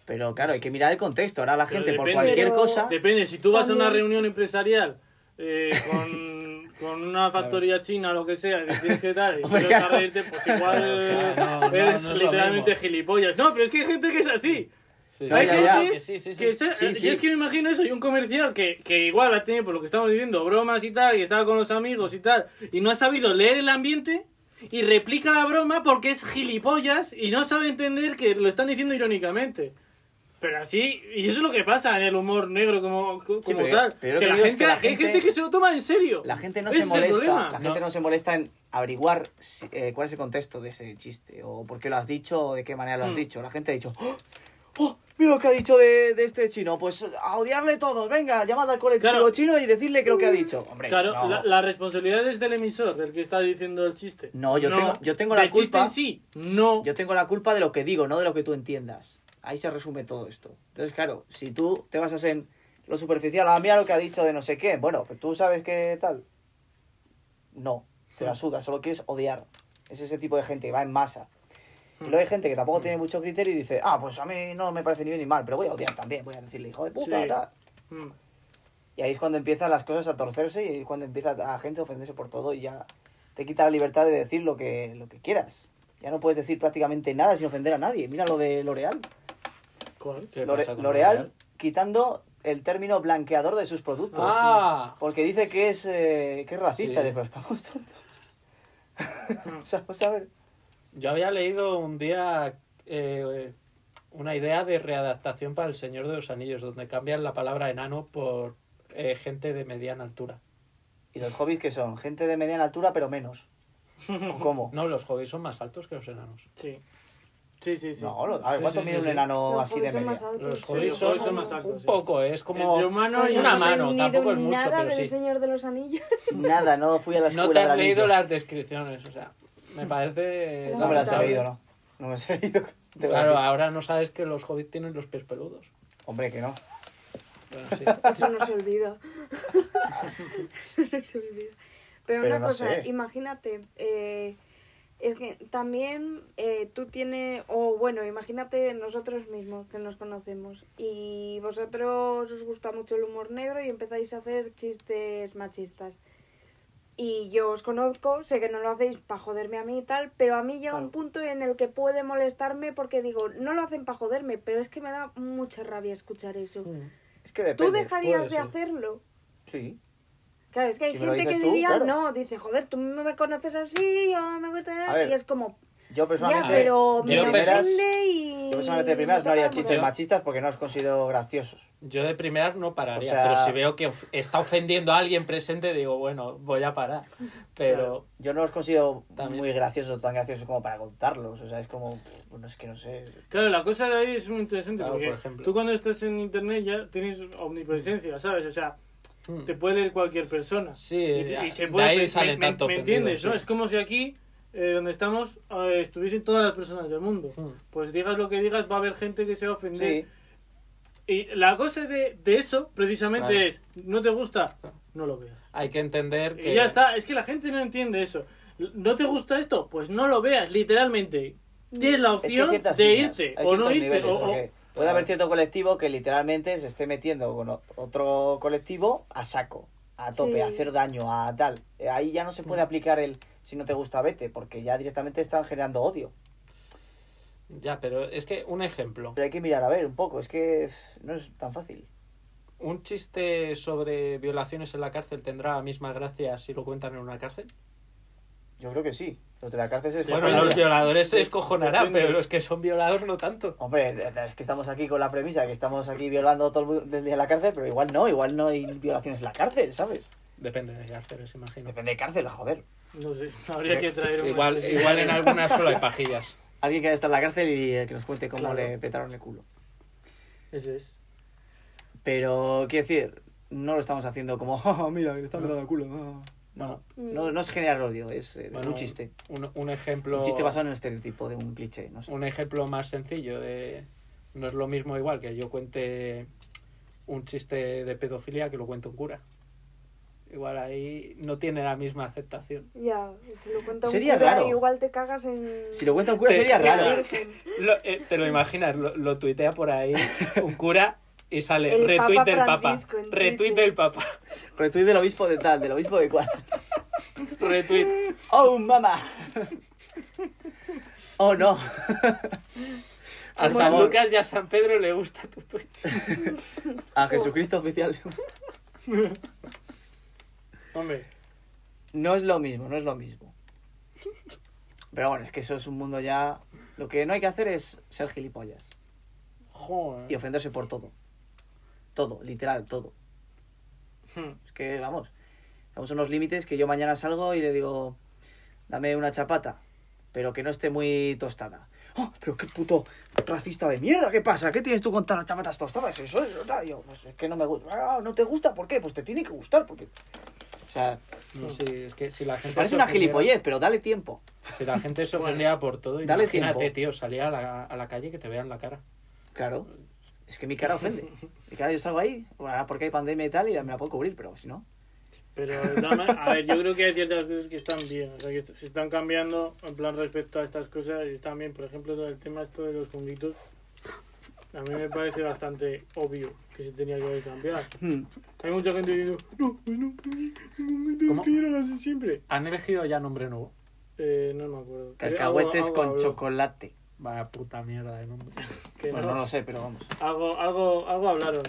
C: Pero claro, hay que mirar el contexto. Ahora la
A: Pero
C: gente, por
A: depende-
C: cualquier
D: Pero-
C: cosa,
A: Depende, si tú vas a una
D: También.
A: reunión empresarial eh, con, con una factoría china o lo que sea, que tienes que dar y
C: Hombre,
A: quieres
C: claro.
A: reírte, pues igual
B: O sea, no, no,
A: eres
B: no es lo
A: literalmente
B: mismo.
A: gilipollas. No, pero es que hay gente que es así.
B: Sí,
C: Hay
B: sí,
C: gente
B: sí, sí, sí, sí.
A: Que sea-
C: Sí,
A: eh,
C: sí.
A: Yo es que me imagino eso, y un comercial que, que igual ha tenido, por lo que estamos viviendo, bromas y tal, y estaba con los amigos y tal, y no ha sabido leer el ambiente y replica la broma porque es gilipollas y no sabe entender que lo están diciendo irónicamente. Pero así, y eso es lo que pasa en el humor negro como, como
C: pero-
A: tal.
C: pero lo
A: que
C: que
A: la gente,
C: digo es que la
A: hay gente...
C: gente-
A: que se lo toma en serio.
C: la gente no
A: Ese
C: se
A: es el problema.
C: molesta, la gente
B: No.
C: no se molesta en averiguar si- eh, cuál es el contexto de ese chiste, o por qué lo has dicho, o de qué manera lo has
A: Mm.
C: dicho. La gente ha dicho, "¡Oh! ¡Oh! Mira lo que ha dicho de, de este chino, pues a odiarle todos, venga, llamad al colectivo
A: Claro.
C: chino y decirle que lo que ha dicho. Hombre,
A: Claro,
C: no.
A: la, la responsabilidad es del emisor, del que está diciendo el chiste.
C: No, yo tengo- yo tengo la
A: del chiste
C: culpa.
A: en sí, no.
C: Yo tengo la culpa de lo que digo, no de lo que tú entiendas. Ahí se resume todo esto. Entonces, claro, si tú te basas en lo superficial, ah, mira lo que ha dicho de no sé qué, bueno, pues tú sabes qué tal. No, te la suda, solo quieres odiar. Es ese tipo de gente que va en masa.
A: Hmm.
C: Y luego hay gente que tampoco tiene mucho criterio y dice, ah, pues a mí no me parece ni bien ni mal, pero voy a odiar también, voy a decirle hijo de puta,
A: Sí.
C: tal.
A: Mm.
C: Y ahí es cuando empiezan las cosas a torcerse y ahí es cuando empieza la gente a ofenderse por todo y ya te quita la libertad de decir lo que, lo que quieras. Ya no puedes decir prácticamente nada sin ofender a nadie. Mira lo de L'Oreal.
A: ¿Cuál?
B: ¿Qué
C: Lore-
B: pasa con
C: L'Oreal quitando el término blanqueador de sus productos.
B: Ah,
C: Porque dice que es, eh, que es racista.
B: Sí.
C: Pero estamos tontos. o sea, vamos a ver.
B: yo había leído un día eh, una idea de readaptación para El Señor de los Anillos, donde cambian la palabra enano por eh, gente de mediana altura.
C: ¿Y los hobbies que son? Gente de mediana altura, pero menos. ¿O ¿Cómo?
B: No, los hobbies son más altos que los enanos.
A: Sí. Sí, sí, sí.
C: No, lo- a ver,
B: Sí,
C: ¿cuánto
B: sí,
C: mide
B: sí,
C: un
B: sí.
C: enano
D: Los
C: así de
D: pobres pues son
C: media?
D: más altos.
B: Los
D: Sí,
B: hobbies
A: los
B: son,
A: hobbies son más
B: un
A: altos, sí.
B: poco, es como...
A: Entre humano y
D: Yo
B: una
D: no he
B: mano,
D: aprendido
B: tampoco es mucho,
D: nada
B: pero
D: del
B: sí.
D: Señor de los Anillos.
C: Nada, no fui a la escuela
B: No te
C: del
B: has
C: anillo.
B: leído las descripciones, o sea,
A: Mm.
B: me parece...
D: No
C: No me las he
B: lamentable.
C: leído, no. No me las he leído. Te voy a
B: Claro,
C: decir.
B: ahora no sabes que los hobbits tienen los pies peludos.
C: Hombre, que no.
B: Bueno, sí.
D: Eso no se olvida. Eso no se olvida. Pero,
C: Pero
D: una
C: no
D: cosa,
C: sé.
D: imagínate, eh, es que también eh, tú tienes, o bueno, imagínate nosotros mismos que nos conocemos y vosotros os gusta mucho el humor negro y empezáis a hacer chistes machistas. Y yo os conozco, sé que no lo hacéis para joderme a mí y tal, pero a mí llega un punto en el que puede molestarme porque digo, no lo hacen para joderme, pero es que me da mucha rabia escuchar eso.
C: Es que
D: ¿Tú
C: depende.
D: dejarías de
B: ser.
D: hacerlo?
C: Sí.
D: Claro, es que hay
C: Si me lo
D: gente que
C: dices tú,
D: diría,
C: claro.
D: no, dice, joder, tú no me conoces así, yo me gusta,
C: A ver,
D: y es como,
C: Yo
D: ya,
C: personalmente.
D: pero
B: yo
D: me
C: de primeras,
D: ofende y...
C: yo personalmente de primeras
D: me
C: no haría
D: toca la
C: chistes
D: moral".
C: machistas porque no los considero graciosos.
B: Yo de primeras no pararía,
C: O sea-
B: pero si veo que of- está ofendiendo a alguien presente, digo, bueno, voy a parar. Pero
C: Yo no los considero
B: También.
C: muy graciosos, tan graciosos como para contarlos. O sea, es como. pff, Bueno, es que no sé.
A: Claro, la cosa de ahí es muy interesante
B: Claro,
A: porque
B: por ejemplo.
A: tú cuando estás en internet ya tienes omnipresencia, ¿sabes? O sea,
B: mm,
A: te puede leer cualquier persona.
B: Sí,
A: y, te-
B: ya,
A: y se
B: de
A: puede
B: ahí
A: me-
B: salen
A: me,
B: tanto
A: me
B: ofendidos,
A: entiendes, ¿no?
B: sí.
A: Es como si aquí, eh, donde estamos, eh, estuviesen todas las personas del mundo.
B: Mm.
A: Pues digas lo que digas, va a haber gente que se va a ofender.
C: Sí.
A: Y la cosa de, de eso, precisamente,
B: Claro.
A: es, no te gusta, no lo veas.
B: hay que entender que...
A: Y ya está, es que la gente no entiende eso. ¿No te gusta esto? Pues no lo veas, literalmente. Tienes la
C: Es que hay
A: opción
C: ciertas
A: de
C: líneas,
A: irte
C: hay
A: o no
C: ciertos
A: irte.
C: niveles,
A: o- o-
C: porque Puede haber cierto colectivo que literalmente se esté metiendo con o- otro colectivo a saco, a tope,
D: Sí.
C: a hacer daño, a tal. Eh, Ahí ya no se puede aplicar el si no te gusta, vete, porque ya directamente están generando odio.
B: Ya, pero es que un ejemplo.
C: Pero hay que mirar, a ver, un poco, es que pff, no es tan fácil.
B: ¿Un chiste sobre violaciones en la cárcel tendrá la misma gracia si lo cuentan en una cárcel?
C: Yo creo que sí. Los de la cárcel se
B: Bueno,
C: escojonarán.
B: los violadores se descojonarán,
A: Depende.
B: pero los que son violados no tanto.
C: Hombre, es que estamos aquí con la premisa de que estamos aquí violando a todo el mundo desde la cárcel, pero igual no, igual no hay violaciones en la cárcel, ¿sabes?
B: Depende de cárceles, imagino.
C: Depende de cárcel, joder.
A: No sé, habría que traer un
C: pues,
B: Igual,
C: eh,
A: especial.
B: igual en algunas solo hay pajillas.
C: Alguien que haya estado en la cárcel y eh, que nos cuente cómo
A: Claro.
C: le petaron el culo.
A: Eso es.
C: Pero, quiero decir, no lo estamos haciendo como, "Ja, ja, mira, le están petando el culo. ah". No,
D: Mm.
C: no, no es generar odio, es eh,
B: Bueno,
C: un chiste.
B: Un, un ejemplo,
C: Un chiste basado en el estereotipo de un cliché, no sé.
B: un ejemplo más sencillo de... No es lo mismo igual que yo cuente un chiste de pedofilia que lo cuente un cura. Igual ahí no tiene la misma aceptación.
D: Ya, si lo cuenta un
C: Sería
D: cura,
C: raro.
D: igual te cagas en...
C: Si lo cuenta un cura sería
D: en la
C: raro.
D: Virgen.
B: Lo- eh, te lo imaginas, lo, lo tuitea por ahí un cura y sale
D: El Papa
B: retweet del papa,
D: Francisco en
B: retweet
D: Twitter.
B: del papa,
C: Estoy del obispo de tal, del obispo de cual.
B: retweet.
C: ¡Oh, mamá! ¡Oh, no!
B: A
C: Por
B: San
C: favor.
B: Lucas y a San Pedro le gusta tu tweet.
C: A Jesucristo oficial.
A: Hombre,
C: No es lo mismo, no es lo mismo. Pero bueno, es que eso es un mundo ya... Lo que no hay que hacer es ser gilipollas. Y
B: Joder.
C: ofenderse por todo. Todo, literal, todo.
A: Hmm.
C: Es que, vamos, estamos en unos límites que yo mañana salgo y le digo, dame una chapata, pero que no esté muy tostada. ¡Oh, pero qué puto racista de mierda! ¿Qué pasa? ¿Qué tienes tú contra las chapatas tostadas? Eso es, no, yo, pues, es que no me gusta. Ah, ¿No te gusta? ¿Por qué? Pues te tiene que gustar. Porque... O sea,
B: No, sí, es que si la gente
C: parece
B: se
C: una
B: ofendiera-
C: gilipollez, pero dale tiempo.
B: Si la gente se ofendía por todo,
C: Dale
B: imagínate,
C: tiempo.
B: tío, salir a la, a la calle y que te vean la cara.
C: Claro. Es que mi cara ofende. Mi cara, yo salgo ahí, bueno, ahora porque hay pandemia y tal, y me la puedo cubrir, pero si no...
A: pero dame- a ver, yo creo que hay ciertas cosas que están bien, o sea, que est- se están cambiando en plan respecto a estas cosas y están bien, por ejemplo, todo el tema esto de los funditos. A mí me parece bastante obvio que se tenía que haber cambiado.
C: hmm,
A: Hay mucha gente diciendo, no, bueno,
B: ¿Cómo?
A: no eran así siempre.
B: Han elegido ya nombre nuevo.
A: Eh, no me acuerdo. Pero
C: Cacahuetes
A: algo- algo
C: con
A: habló.
C: chocolate.
B: Vaya puta mierda de nombre.
A: Que
C: Bueno,
A: no.
C: no lo sé, pero vamos.
A: Algo, algo, algo hablaron.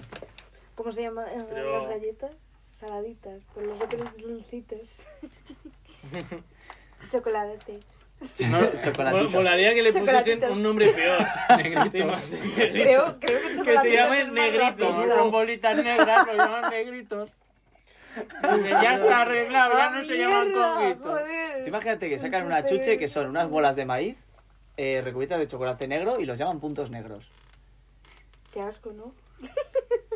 D: ¿Cómo se llaman eh,
A: Pero-
D: las galletas? Saladitas, por los otros dulcitos. Chocolates.
A: No,
C: Chocolatitos.
A: mol- Molaría que le pusiesen
D: Chocolatitos.
A: un nombre peor.
B: Negritos.
D: Creo, creo que
A: que
D: chocolatitos
A: se
D: es
A: llamen
D: más
A: negritos.
D: racista.
A: bro.
B: bolitas negras, lo llaman negritos. Dice, ya está arreglado, ya no se llaman
D: Ah, ¡Mierda!
B: coquitos.
D: Joder.
C: Tú imagínate que sacan una chuche que son unas bolas de maíz eh, recubiertas de chocolate negro y los llaman puntos negros.
D: Qué asco, ¿no?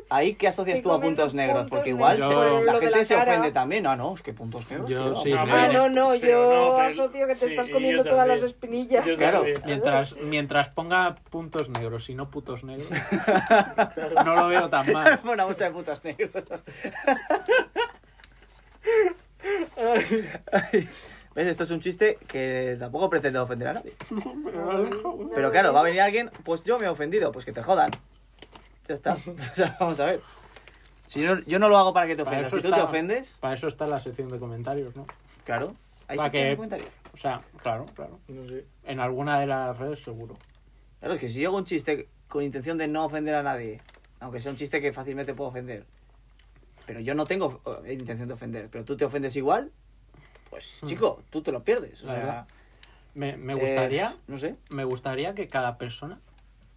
C: Ahí, ¿qué asocias
D: Y
C: tú a
D: comen
C: puntos negros?
D: puntos
C: Porque igual
B: negros.
C: se-
B: Yo-
C: la
D: lo de
C: gente
D: la
C: se
D: cara.
C: ofende también. Ah, no, es que puntos negros.
B: Yo
C: que va,
B: sí,
C: vamos.
A: sí.
D: Ah, no, no,
A: Pero no,
D: yo
A: pero-
D: asocio que
A: sí,
D: te estás
A: y
D: comiendo
A: yo
D: todas las
A: también.
D: espinillas.
A: Yo
C: Claro.
A: también.
B: Mientras, mientras ponga puntos negros y no putos negros, no lo veo tan mal.
C: Una bolsa de puntos negros. ¿Ves? Esto es un chiste que tampoco pretende ofender a nadie. Pero claro, va a venir alguien, pues yo me he ofendido, pues que te jodan. Ya está. O sea, vamos a ver. Si yo, yo no lo hago para que te
B: Para
C: ofendas.
B: eso
C: Si tú
B: está-
C: te ofendes,
B: Para eso está la sección de comentarios, ¿no?
C: claro. Ahí
B: Para
C: se
B: que-
C: que... comentarios.
B: O sea, claro, claro.
A: No sé.
B: En alguna de las redes seguro.
C: Claro, es que si yo hago un chiste con intención de no ofender a nadie, aunque sea un chiste que fácilmente puedo ofender, pero yo no tengo eh, intención de ofender, pero tú te ofendes igual, pues chico, tú te lo pierdes. O
B: La
C: sea,
B: verdad. Me, Hmm. me
C: eh,
B: gustaría,
C: no sé.
B: me gustaría que cada persona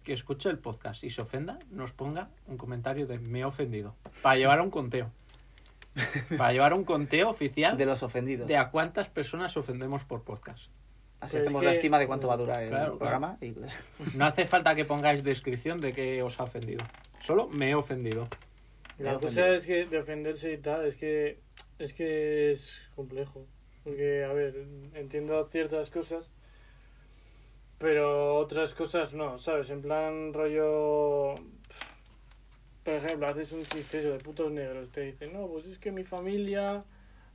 B: que escuche el podcast y se ofenda nos ponga un comentario de me he ofendido. Para llevar a un conteo. Para llevar un conteo oficial
C: De los ofendidos.
B: de a cuántas personas ofendemos por podcast.
C: Así
A: Pero es
C: hacemos
A: que-
C: la estima de cuánto va a durar el
B: Claro,
C: programa.
B: claro.
C: y-
B: No hace falta que pongáis descripción de que os ha ofendido. Solo me he ofendido.
A: La
C: Me he
A: cosa
C: ofendido.
A: es que defenderse y tal, es que es que es complejo. Porque, a ver, entiendo ciertas cosas, pero otras cosas no, ¿sabes? En plan rollo... Por ejemplo, haces un chiste eso de putos negros, te dicen, no, pues es que mi familia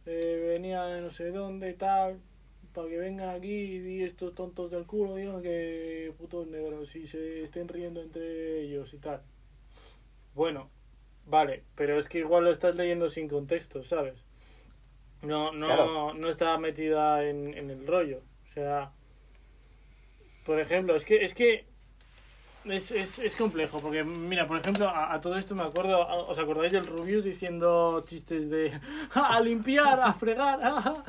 A: eh, venía de no sé dónde y tal, para que vengan aquí y estos tontos del culo digan que putos negros y se estén riendo entre ellos y tal. Bueno, Vale, pero es que igual lo estás leyendo sin contexto, ¿sabes? No, no,
C: Claro.
A: no está metida en, en el rollo. O sea, por ejemplo, es que, es que Es, es, es complejo, porque mira, por ejemplo, a, a todo esto me acuerdo, a- ¿os acordáis del Rubius diciendo chistes de a limpiar, a fregar? ah,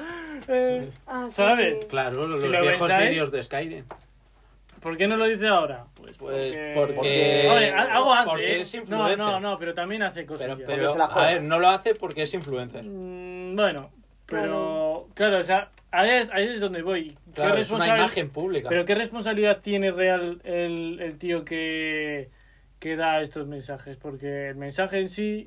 A: eh,
D: Ah, sí,
A: ¿Sabes?
D: que-
B: Claro, los
A: Si lo
B: viejos
A: pensáis-
B: vídeos de Skyrim.
A: ¿Por qué no lo dice ahora? Pues
B: Pues porque...
C: porque-
A: Hombre, a- algo hace.
B: porque
A: ¿eh?
B: es
A: no,
B: influencer.
A: no, no, pero también hace cosas.
B: Pero,
C: Porque
B: pero
C: se la juega.
B: a ver, no lo hace porque es influencer.
A: Mm, Bueno, pero claro, o sea, ahí es, ahí es donde voy. ¿Qué
B: Claro, es una
A: responsabil-
B: imagen pública.
A: Pero ¿qué responsabilidad tiene real el, el tío que, que da estos mensajes? Porque el mensaje en sí...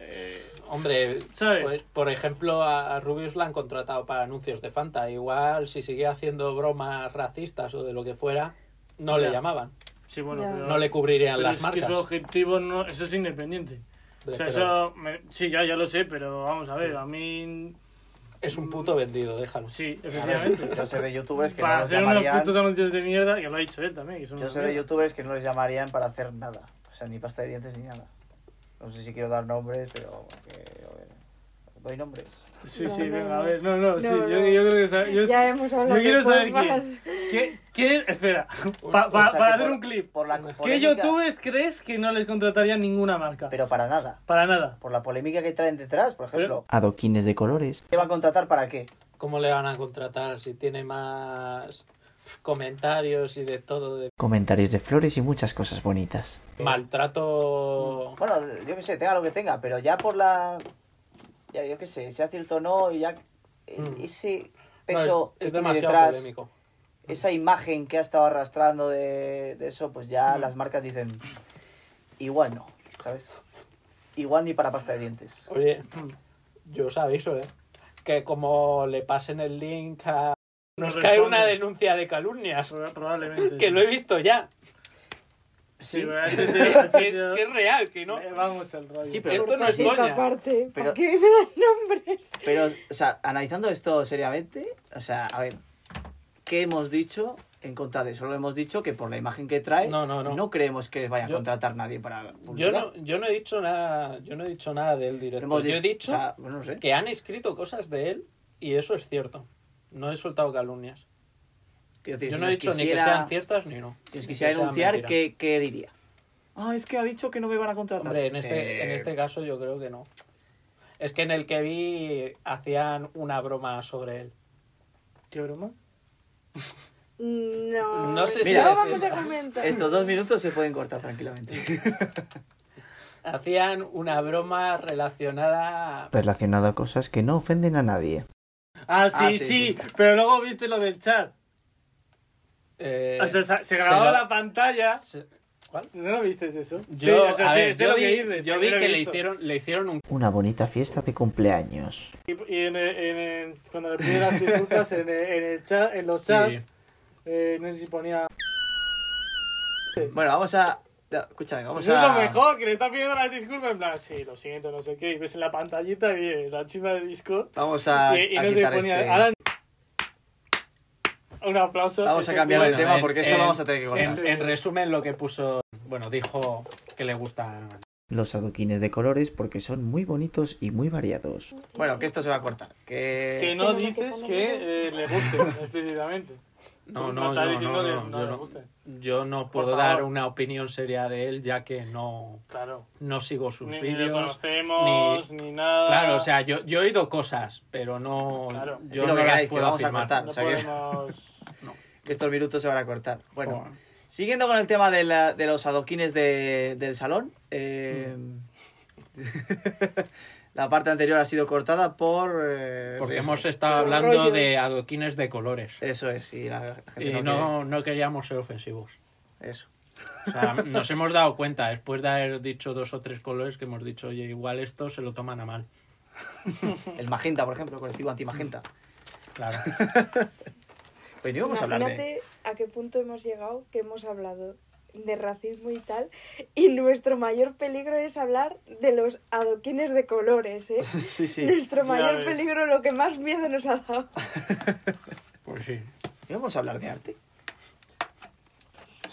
A: eh,
B: Hombre,
A: ¿Sabes?
B: pues, por ejemplo, a, a Rubius la han contratado para anuncios de Fanta. Igual, si seguía haciendo bromas racistas o de lo que fuera, no le
A: Ya.
B: llamaban.
A: sí, bueno,
D: Ya.
A: pero-
B: No le cubrirían
A: pero
B: las
A: es
B: marcas.
A: que su objetivo no... Eso es independiente. O sea,
B: Pero
A: eso... me- sí, ya, ya lo sé, pero vamos a ver, a mí...
B: Es un puto vendido, déjalo.
A: Sí,
C: A ver,
A: efectivamente.
C: Yo sé de youtubers que
A: para
C: no los
A: hacer unos
C: llamarían.
A: putos anuncios de mierda, que lo ha dicho él también. Que son
C: Yo
A: una
C: sé de
A: mierda.
C: youtubers que no les llamarían para hacer nada. O sea, ni pasta de dientes ni nada. No sé si quiero dar nombres, pero. que- a ver, doy nombres.
A: Sí,
D: No,
A: sí,
D: no,
A: venga,
D: no.
A: a ver. No, no, sí,
D: No,
A: Yo,
D: no.
A: yo creo que... sa- Yo,
D: Ya hemos hablado
A: yo quiero
D: de
A: saber
D: formas.
A: quién. ¿Qué, quién- espera, pa-
C: O
A: pa-
C: sea,
A: para
C: que
A: hacer
C: por-
A: un clip.
C: Por la
A: ¿Qué
C: polémica-
A: youtubers crees que no les contrataría ninguna marca?
C: Pero para nada.
A: Para nada.
C: Por la polémica que traen detrás, por ejemplo.
E: Adoquines de colores.
C: ¿Qué va a contratar para qué?
B: ¿Cómo le van a contratar si tiene más comentarios y de todo? De
E: Comentarios de flores y muchas cosas bonitas.
C: Eh,
B: maltrato.
C: Bueno, yo qué sé, tenga lo que tenga, pero ya por la. Ya, yo qué sé, sea cierto o no, ya. eh,
B: Mm.
C: Ese
B: No, es-
C: peso
B: es,
C: que tiene
B: demasiado
C: detrás,
B: polémico.
C: esa imagen que ha estado arrastrando de, de eso, pues ya
B: Mm.
C: las marcas dicen. Igual no, ¿sabes? Igual ni para pasta de dientes.
B: Oye, yo os aviso, ¿eh? Que como le pasen el link a... Nos cae
A: responden.
B: una denuncia de calumnias,
A: Proba- Probablemente.
B: que lo he visto ya.
A: Sí,
C: Sí,
A: pero ese
B: Que
A: tío-
B: es,
A: ese
B: que
A: tío-
B: es real, que no...
A: Eh, Vamos al rollo.
C: Sí, pero-
B: Esto no es
D: Sí, esta
B: coña.
D: parte. ¿Por
C: Pero-
D: qué me dan nombres?
C: Pero, o sea, analizando esto seriamente, o sea, a ver, ¿qué hemos dicho en contra de eso? Solo hemos dicho que por la imagen que trae,
B: No, no, no.
C: creemos que les vaya a
B: Yo-
C: contratar nadie para
B: Yo
C: publicidad.
B: no, yo no he dicho nada, yo no he dicho nada de él directo.
C: Hemos
B: yo he dicho
C: o sea, ¿eh? bueno, no sé.
B: que han escrito cosas de él y eso es cierto. No he soltado calumnias.
C: Quiero decir,
B: yo
C: si
B: no he
C: nos
B: dicho ni que
C: quisiera-
B: sean ciertas ni no.
C: Si os
B: Ni
C: quisiera
B: que sea
C: denunciar,
B: mentira.
C: ¿qué, ¿qué diría? Ah, es que ha dicho que no me van a contratar.
B: Hombre, en este,
C: Eh,
B: en este caso yo creo que no. Es que en el que vi hacían una broma sobre él.
A: ¿Qué broma?
D: No.
B: No sé
C: si
D: No
C: decir-
D: vamos a comentar.
C: Estos dos minutos se pueden cortar tranquilamente.
B: Hacían una broma relacionada...
E: Relacionado a cosas que no ofenden a nadie.
A: Ah, sí,
C: Ah,
A: sí,
C: sí, sí.
A: Pero luego viste lo del chat.
B: eh,
A: o sea, se- se grababa
B: se lo-
A: la pantalla.
B: se- ¿Cuál?
A: ¿No lo viste eso?
B: Yo,
A: Sí, o sea,
B: a
A: sé-
B: ver,
A: sé
B: yo
A: lo
B: vi,
A: que dices,
B: yo
A: sí,
B: vi
A: lo he
B: que le
A: visto.
B: hicieron, le hicieron un...
E: Una bonita fiesta de cumpleaños.
A: Y, y en, el- en el- cuando le piden las disculpas en, el- en el chat, en los
B: Sí.
A: chats, eh, no sé si ponía...
C: bueno, vamos a. no, Escúchame, vamos
A: Eso es
C: a.
A: lo mejor, que le está pidiendo las disculpas. En plan, sí, lo siento, no sé qué. Y ves en la pantallita y eh, la chiva de Discord.
C: Vamos a,
A: y, y
C: a
A: no se
C: quitar
A: ponía.
C: este.
A: Alan. Un aplauso.
C: Vamos a
A: Eso,
C: cambiar el
A: bueno.
C: tema porque esto lo vamos a tener que cortar.
B: En, en resumen, lo que puso... Bueno, dijo que le gusta...
E: Los adoquines de colores porque son muy bonitos y muy variados.
C: Bueno, que esto se va a cortar. Que...
A: Que no
D: Pero que
A: dices
D: ponga
A: que eh, le guste explícitamente.
B: No,
A: Tú
B: no,
A: estás
B: yo
A: diciendo
B: no,
A: que
B: no,
A: no
B: yo
A: le
B: no.
A: guste.
B: Yo no
A: Por
B: puedo dar
A: favor.
B: una opinión seria de él, ya que no,
A: Claro.
B: no sigo sus
A: Ni, ni le
B: vídeos.
A: conocemos, ni, nada.
B: Claro, o sea, yo, yo he oído cosas, pero no,
A: Claro.
C: Decid
B: yo
C: lo
B: no
C: que
B: las
C: queráis, que
B: puedo
C: vamos a
B: afirmar.
C: cortar.
A: no
C: o sea que-
A: podemos.
C: que estos minutos se van a cortar. Bueno,
B: Bueno.
C: siguiendo con el tema de, la- de los adoquines de- del salón, eh,
A: Mm.
C: la parte anterior ha sido cortada por... eh,
B: Porque
C: eso.
B: hemos estado
D: Los
B: hablando
D: rollos.
B: de adoquines de colores.
C: Eso es, y la gente
B: Y
C: no
B: no, no queríamos ser ofensivos.
C: quiere Eso.
B: O sea, nos hemos dado cuenta, después de haber dicho dos o tres colores, que hemos dicho, oye, igual esto se lo toman a mal.
C: El magenta, por ejemplo, el colectivo antimagenta.
B: Claro.
C: Pues no íbamos a hablar de...
D: Imagínate a qué punto hemos llegado, que hemos hablado de racismo y tal, y nuestro mayor peligro es hablar de los adoquines de colores, ¿eh?
C: sí, sí.
D: Nuestro
A: Ya
D: mayor
A: ves.
D: peligro, lo que más miedo nos ha dado.
B: Pues sí.
C: ¿No íbamos a hablar de arte?